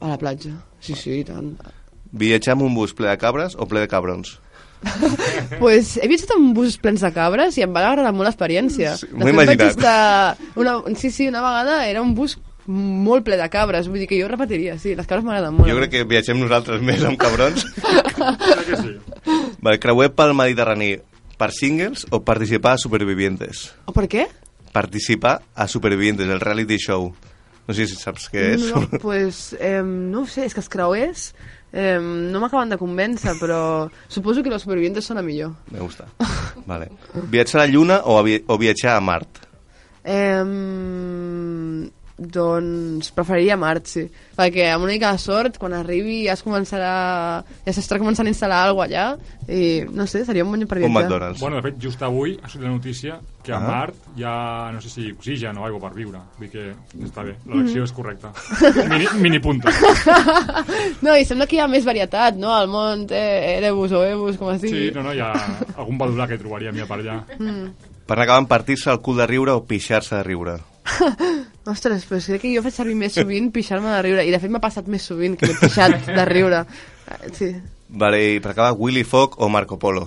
[SPEAKER 13] A la platja. Sí, sí, i tant.
[SPEAKER 3] Viatjar amb un bus ple de cabres o ple de cabrons.
[SPEAKER 13] pues he vist un bus plens de cabres i em va agradar molt l'experiència. Sí,
[SPEAKER 3] m'ho he imaginat.
[SPEAKER 13] Estar una, sí, sí, una vegada era un bus molt ple de cabres, vull dir que jo repetiria, sí, les cabres m'agraden molt.
[SPEAKER 3] Jo crec que viatgem nosaltres més amb cabrons. Vale, creuer pel Mediterrani per singles o participar a Supervivientes?
[SPEAKER 13] O Oh, per què?
[SPEAKER 3] Participar a Supervivientes, el reality show. No sé si saps què és.
[SPEAKER 13] No, pues, eh, no ho sé, és que els creuers eh, no m'acaben de convèncer, però suposo que los supervivientes són a millor.
[SPEAKER 3] Me gusta. Vale. Viatjar a la Lluna o, a vi o viatjar a Mart?
[SPEAKER 13] Eh, doncs preferiria Mart, sí. Perquè amb una mica de sort, quan arribi ja es començarà... Ja s'estarà començant a instal·lar alguna allà i no sé, seria un bon lloc per viatjar.
[SPEAKER 4] Bueno, de fet, just avui ha sortit la notícia que a
[SPEAKER 3] Ah.
[SPEAKER 4] Mart hi ha, no sé si oxigen o aigua per viure. Vull dir que està bé, l'elecció
[SPEAKER 13] Mhm.
[SPEAKER 4] és correcta. Mini, mini punta.
[SPEAKER 13] No, i sembla que hi ha més varietat, no? Al món, eh, Erebus o Ebus, com es digui.
[SPEAKER 4] Sí, no, no, hi ha algun badulà que trobaria a mi per allà.
[SPEAKER 13] Mm.
[SPEAKER 3] Per acabar amb partir-se el cul de riure o pixar-se de riure.
[SPEAKER 13] Ostres, però crec que jo faig servir més sovint pixar-me de riure. I de fet m'ha passat més sovint que m'he pixat de riure. Eh, Sí.
[SPEAKER 3] Vale, i per acabar, Willy Fogg o Marco Polo?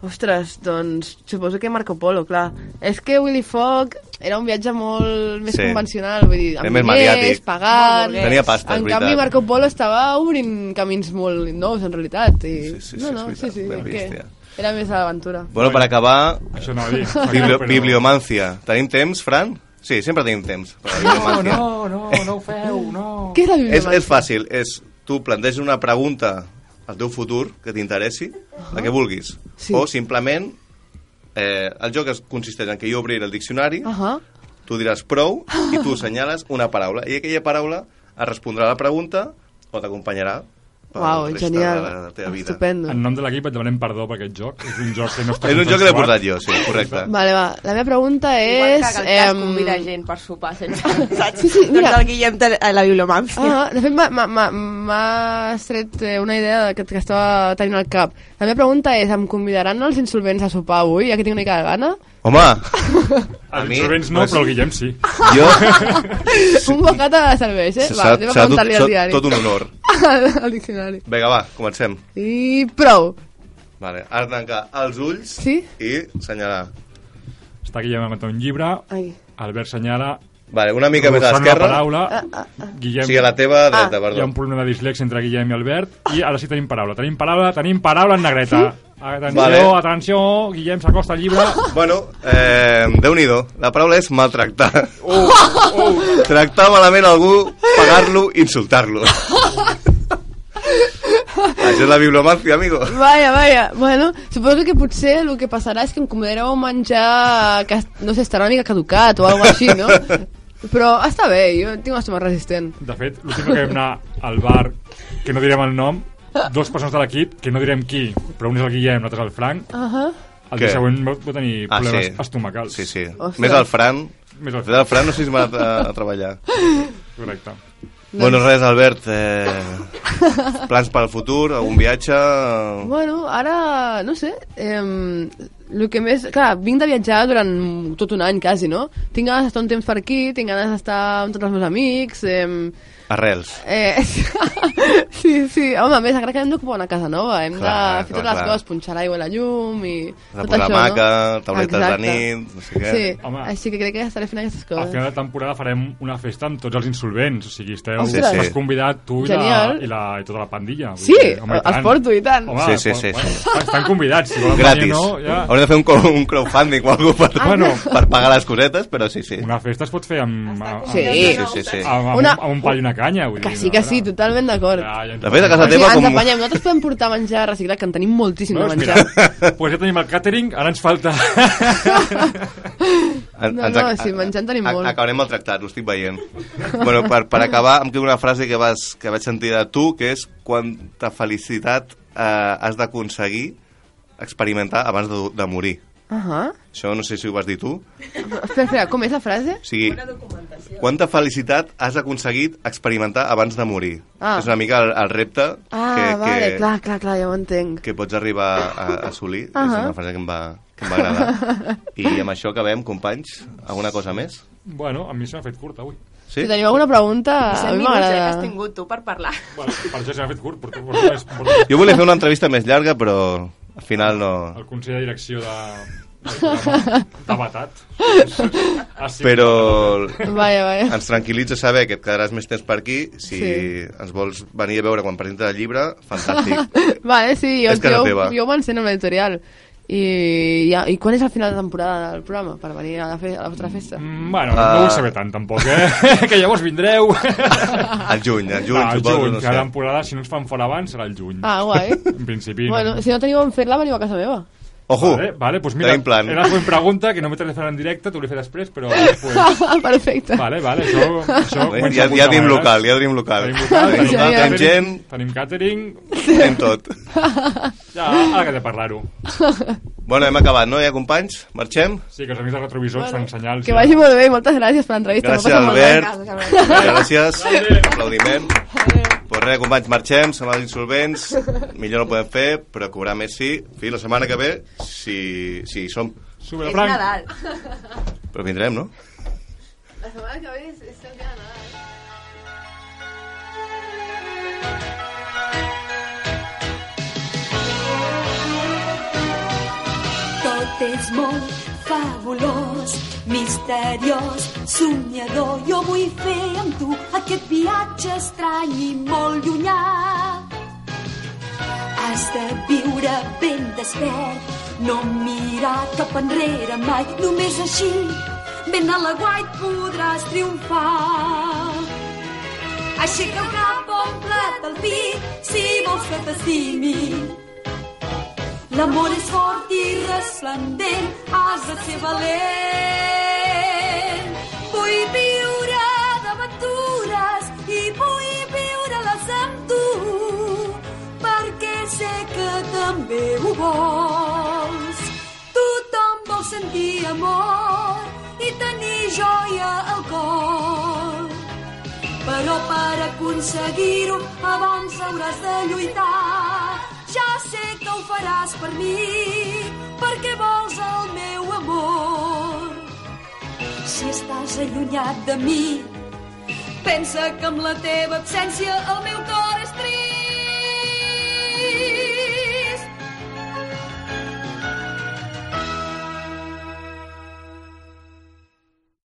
[SPEAKER 13] Ostres, doncs suposo que Marco Polo, clar. És que Willy Fogg era un viatge molt més
[SPEAKER 3] Sí.
[SPEAKER 13] convencional, vull dir, amb
[SPEAKER 3] Era més
[SPEAKER 13] diners,
[SPEAKER 3] mediàtic.
[SPEAKER 13] pagant...
[SPEAKER 3] Molt Tenia pasta, és
[SPEAKER 13] En
[SPEAKER 3] veritat.
[SPEAKER 13] canvi, Marco Polo estava obrint camins molt nous, en realitat. I... Sí,
[SPEAKER 3] sí,
[SPEAKER 13] no, no,
[SPEAKER 3] és
[SPEAKER 13] sí, sí,
[SPEAKER 3] ben
[SPEAKER 13] és
[SPEAKER 3] vist,
[SPEAKER 13] que era més a l'aventura.
[SPEAKER 3] Bueno, per acabar...
[SPEAKER 4] Això no ho dic.
[SPEAKER 3] Biblio
[SPEAKER 4] Però-
[SPEAKER 3] Bibliomància. Tenim temps, Fran? Sí, sempre tenim temps. per la bibliomància.
[SPEAKER 4] no, no, no ho feu, no.
[SPEAKER 7] Oh.
[SPEAKER 13] Què era
[SPEAKER 3] És, és fàcil, és tu planteges una pregunta al teu futur que t'interessi, la que vulguis.
[SPEAKER 13] Sí.
[SPEAKER 3] O simplement eh, el joc es consisteix en que jo obriré el diccionari,
[SPEAKER 13] Uh -huh.
[SPEAKER 3] tu diràs prou i
[SPEAKER 13] Ah.
[SPEAKER 3] tu assenyales una paraula. I aquella paraula es respondrà a la pregunta o t'acompanyarà per
[SPEAKER 13] Uau,
[SPEAKER 3] la resta
[SPEAKER 13] genial.
[SPEAKER 3] de la teva vida.
[SPEAKER 13] Estupendo.
[SPEAKER 4] En nom de l'equip et demanem perdó per aquest joc. És un joc que no està
[SPEAKER 3] És un joc que l'he
[SPEAKER 4] consensuat.
[SPEAKER 3] portat jo, sí, correcte.
[SPEAKER 13] Vale, va. La meva pregunta
[SPEAKER 7] Igual
[SPEAKER 13] és...
[SPEAKER 7] que el cas
[SPEAKER 13] em,
[SPEAKER 7] convida gent per sopar sense saps?
[SPEAKER 13] Sí, sí, mira.
[SPEAKER 7] Doncs el Guillem té a la bibliomància.
[SPEAKER 13] Ah, de fet, m'ha- m'ha- m'ha- m'has tret eh, una idea que, que estava tenint al cap. La meva pregunta és, em convidaran els insolvents a sopar avui, ja que tinc una mica de gana?
[SPEAKER 3] Home!
[SPEAKER 4] Els insolvents no, però el Guillem sí.
[SPEAKER 3] Jo...
[SPEAKER 13] un bocata serveix, eh? Va,
[SPEAKER 3] Serà-
[SPEAKER 13] anem
[SPEAKER 3] serà
[SPEAKER 13] a
[SPEAKER 3] tot-
[SPEAKER 13] preguntar-li al
[SPEAKER 3] tot-
[SPEAKER 13] diari.
[SPEAKER 3] tot un honor.
[SPEAKER 13] Al diccionari.
[SPEAKER 3] Vinga, va, comencem.
[SPEAKER 13] I prou.
[SPEAKER 3] Vale, has de tancar els ulls
[SPEAKER 13] Sí?
[SPEAKER 3] i assenyalar.
[SPEAKER 4] Està Guillem aguantant un llibre,
[SPEAKER 13] Ai.
[SPEAKER 4] Albert senyala...
[SPEAKER 3] Vale, una mica més a
[SPEAKER 4] Rossana
[SPEAKER 3] l'esquerra.
[SPEAKER 4] paraula,
[SPEAKER 13] ah,
[SPEAKER 4] Guillem...
[SPEAKER 3] O sigui, a la teva dreta, perdó.
[SPEAKER 4] Hi ha un problema de dislexia entre Guillem i Albert i ara sí tenim paraula. Tenim paraula, tenim paraula en negreta. Atenció,
[SPEAKER 3] Uh! Vale.
[SPEAKER 4] atenció, Guillem s'acosta al llibre.
[SPEAKER 3] Bueno, eh, déu nhi La paraula és maltractar. Tractar malament algú, pagar-lo, insultar-lo. Això és la bibliomancia, amigo.
[SPEAKER 13] Vaya, vaya. Bueno, suposo que potser el que passarà és que em convidareu a menjar, que, no sé, estarà una mica caducat o alguna així, no? Però està bé, jo tinc un estómac resistent.
[SPEAKER 4] De fet, l'últim que vam anar al bar, que no direm el nom, dos persones de l'equip, que no direm qui, però un és el Guillem, l'altre és el Frank,
[SPEAKER 13] Uh -huh.
[SPEAKER 4] el dia següent va, va tenir problemes ah, sí. estomacals.
[SPEAKER 3] Sí, sí. Més el Fran.
[SPEAKER 4] Més
[SPEAKER 3] el Fran. El Fran no sé si m'ha anat a, a treballar.
[SPEAKER 4] Correcte.
[SPEAKER 13] Doncs
[SPEAKER 3] Bueno, res, Albert. Eh, plans per al futur, algun viatge...
[SPEAKER 13] Bueno, ara, no sé, eh, el que més... Clar, vinc de viatjar durant tot un any, quasi, no? Tinc ganes d'estar un temps per aquí, tinc ganes d'estar amb tots els meus amics... Eh,
[SPEAKER 3] Arrels.
[SPEAKER 13] Eh, sí, sí, home, a més, encara que hem d'ocupar una casa nova, hem clar,
[SPEAKER 3] Clar,
[SPEAKER 13] de fer totes
[SPEAKER 3] clar,
[SPEAKER 13] les
[SPEAKER 3] clar.
[SPEAKER 13] coses, punxar l'aigua i la llum i
[SPEAKER 3] De
[SPEAKER 13] tot
[SPEAKER 3] posar
[SPEAKER 13] això,
[SPEAKER 3] maca,
[SPEAKER 13] no?
[SPEAKER 3] tauletes de
[SPEAKER 13] Exacte.
[SPEAKER 3] nit, no sé què.
[SPEAKER 13] Sí,
[SPEAKER 4] Home.
[SPEAKER 13] així que crec que estaré fent aquestes
[SPEAKER 4] Al
[SPEAKER 13] coses.
[SPEAKER 4] final de temporada farem una festa amb tots els insolvents, o sigui, esteu,
[SPEAKER 3] Ostres.
[SPEAKER 4] sí,
[SPEAKER 3] Sí,
[SPEAKER 4] sí.
[SPEAKER 3] sí.
[SPEAKER 4] convidat tu i la,
[SPEAKER 13] Genial.
[SPEAKER 4] i, la, i tota la pandilla.
[SPEAKER 13] Sí,
[SPEAKER 4] Eh, i
[SPEAKER 13] els
[SPEAKER 4] tant.
[SPEAKER 13] porto, i tant.
[SPEAKER 4] Home,
[SPEAKER 3] Sí, sí,
[SPEAKER 4] quan-
[SPEAKER 3] sí,
[SPEAKER 4] quan-
[SPEAKER 3] sí.
[SPEAKER 4] quan Estan convidats, si volen
[SPEAKER 3] Gratis.
[SPEAKER 4] venir o no, ja...
[SPEAKER 3] Haurem de fer un, co- un crowdfunding o alguna per,
[SPEAKER 13] Ah,
[SPEAKER 4] Bueno.
[SPEAKER 3] per pagar les cosetes, però sí, sí.
[SPEAKER 4] Una festa es pot fer amb... amb
[SPEAKER 13] Sí.
[SPEAKER 3] sí, sí, sí.
[SPEAKER 4] Amb, amb, una...
[SPEAKER 13] Una-
[SPEAKER 4] amb un pal i una canya, vull
[SPEAKER 13] Que
[SPEAKER 4] dir. Ah.
[SPEAKER 13] sí, que sí, totalment d'acord. Ja,
[SPEAKER 4] ja
[SPEAKER 3] De fet, a casa teva
[SPEAKER 13] ens
[SPEAKER 3] com-
[SPEAKER 13] apanyem, nosaltres podem portar menjar reciclat, que en tenim moltíssim de
[SPEAKER 4] Veus,
[SPEAKER 13] menjar.
[SPEAKER 4] mira, pues ja tenim el càtering, ara ens falta...
[SPEAKER 3] En-
[SPEAKER 13] No,
[SPEAKER 3] ens
[SPEAKER 13] no,
[SPEAKER 3] ac-
[SPEAKER 13] sí, menjar en tenim
[SPEAKER 3] a-
[SPEAKER 13] molt.
[SPEAKER 3] Acabarem el tractat, ho estic veient. bueno, per, per acabar, em queda una frase que, vas, que vaig sentir de tu, que és quanta felicitat eh, has d'aconseguir experimentar abans de, de morir.
[SPEAKER 13] Ahà.
[SPEAKER 3] Això no sé si ho vas dir tu.
[SPEAKER 13] Espera, espera, com és la frase?
[SPEAKER 3] O sigui, quanta felicitat has aconseguit experimentar abans de morir.
[SPEAKER 13] Ah.
[SPEAKER 3] És una mica el, el repte
[SPEAKER 13] Ah,
[SPEAKER 3] que,
[SPEAKER 13] vale,
[SPEAKER 3] que,
[SPEAKER 13] clar, clar, clar, ja ho entenc.
[SPEAKER 3] que pots arribar a, a assolir. Uh -huh. És
[SPEAKER 13] Ahà.
[SPEAKER 3] una frase que em va, que em va agradar. I amb això acabem, companys. Alguna cosa més?
[SPEAKER 4] bueno, a mi se m'ha fet curta, avui.
[SPEAKER 3] Sí?
[SPEAKER 13] Si teniu alguna pregunta, Ah, a
[SPEAKER 4] Pues
[SPEAKER 15] Cent
[SPEAKER 13] mi
[SPEAKER 15] minuts ja que has
[SPEAKER 13] m'agrada.
[SPEAKER 15] tingut tu per parlar.
[SPEAKER 4] Bueno, per això se m'ha fet curt, porto, porto, més- porto més-
[SPEAKER 3] Jo volia fer una entrevista més llarga, però al final no...
[SPEAKER 4] el Consell de Direcció de... del programa T'ha matat. Ha sigut-
[SPEAKER 3] Però
[SPEAKER 13] Vaja, vaja.
[SPEAKER 3] ens tranquil·litza saber que et quedaràs més temps per aquí. Si sí.
[SPEAKER 13] Sí.
[SPEAKER 3] ens vols venir a veure quan presenta el llibre, fantàstic.
[SPEAKER 13] Vale, sí, jo,
[SPEAKER 3] És casa
[SPEAKER 13] jo,
[SPEAKER 3] teva.
[SPEAKER 13] jo m'enceno amb l'editorial. I, ja, I quan és el final de temporada del programa? Per venir a la, fe, a la vostra festa?
[SPEAKER 4] Bueno, no
[SPEAKER 3] ah,
[SPEAKER 4] vull saber tant, tampoc, eh? que llavors vindreu.
[SPEAKER 3] Al juny, al juny,
[SPEAKER 4] Ah, el
[SPEAKER 3] suposo,
[SPEAKER 4] juny,
[SPEAKER 3] no
[SPEAKER 4] que la
[SPEAKER 3] sé.
[SPEAKER 4] temporada, si no ens fan fora abans, serà el juny.
[SPEAKER 13] Ah, guai.
[SPEAKER 4] En principi,
[SPEAKER 13] bueno,
[SPEAKER 4] no.
[SPEAKER 13] si no teniu on fer-la, veniu a casa meva.
[SPEAKER 3] Ojo,
[SPEAKER 4] Vale, vale, pues mira,
[SPEAKER 3] tenim plan.
[SPEAKER 4] era la següent pregunta, que no m'he de fer en directe, t'ho vull fer després, però... eh, Pues,
[SPEAKER 13] Perfecte.
[SPEAKER 4] vale, vale, això... això
[SPEAKER 3] Bé,
[SPEAKER 4] comença
[SPEAKER 3] ja-
[SPEAKER 4] a
[SPEAKER 3] ja tenim
[SPEAKER 4] apuntar,
[SPEAKER 3] local,
[SPEAKER 4] eh?
[SPEAKER 3] ja tenim local.
[SPEAKER 4] Tenim local,
[SPEAKER 3] Tenim
[SPEAKER 4] tenim,
[SPEAKER 3] local, tenim
[SPEAKER 4] càtering,
[SPEAKER 3] gent.
[SPEAKER 4] Tenim càtering,
[SPEAKER 3] Fem tot.
[SPEAKER 4] ja, ara que de parlar-ho.
[SPEAKER 3] Bueno, hem acabat, no, ja, companys? Marxem?
[SPEAKER 4] Sí, que els amics del retrovisor bueno, fan senyals.
[SPEAKER 13] Que vagi molt bé, i moltes gràcies per l'entrevista.
[SPEAKER 3] Gràcies, Albert. Gràcies. Aplaudiment. Pues res, companys, marxem, som els insolvents, millor no ho podem fer, però cobrar més sí. En fi, la setmana que ve, si, si hi som.
[SPEAKER 4] Sube
[SPEAKER 15] És Nadal.
[SPEAKER 3] Però vindrem, no?
[SPEAKER 13] La setmana que ve és, és el dia de Nadal.
[SPEAKER 7] Tot és molt fabulós, misteriós, somiador. Jo vull fer amb tu aquest viatge estrany i molt llunyà. Has de viure ben despert, no mirar cap enrere mai. Només així, ben a la guait, podràs triomfar. Aixeca el cap, omple't el pit, si vols que t'estimi. L'amor és fort i resplendent, has de ser valent. Vull viure d'aventures i vull viure-les amb tu, perquè sé que també ho vols. Tothom vol sentir amor i tenir joia al cor. Però per aconseguir-ho abans hauràs de lluitar. Ja sé que ho faràs per mi, perquè vols el meu amor. Si estàs allunyat de mi, pensa que amb la teva absència el meu cor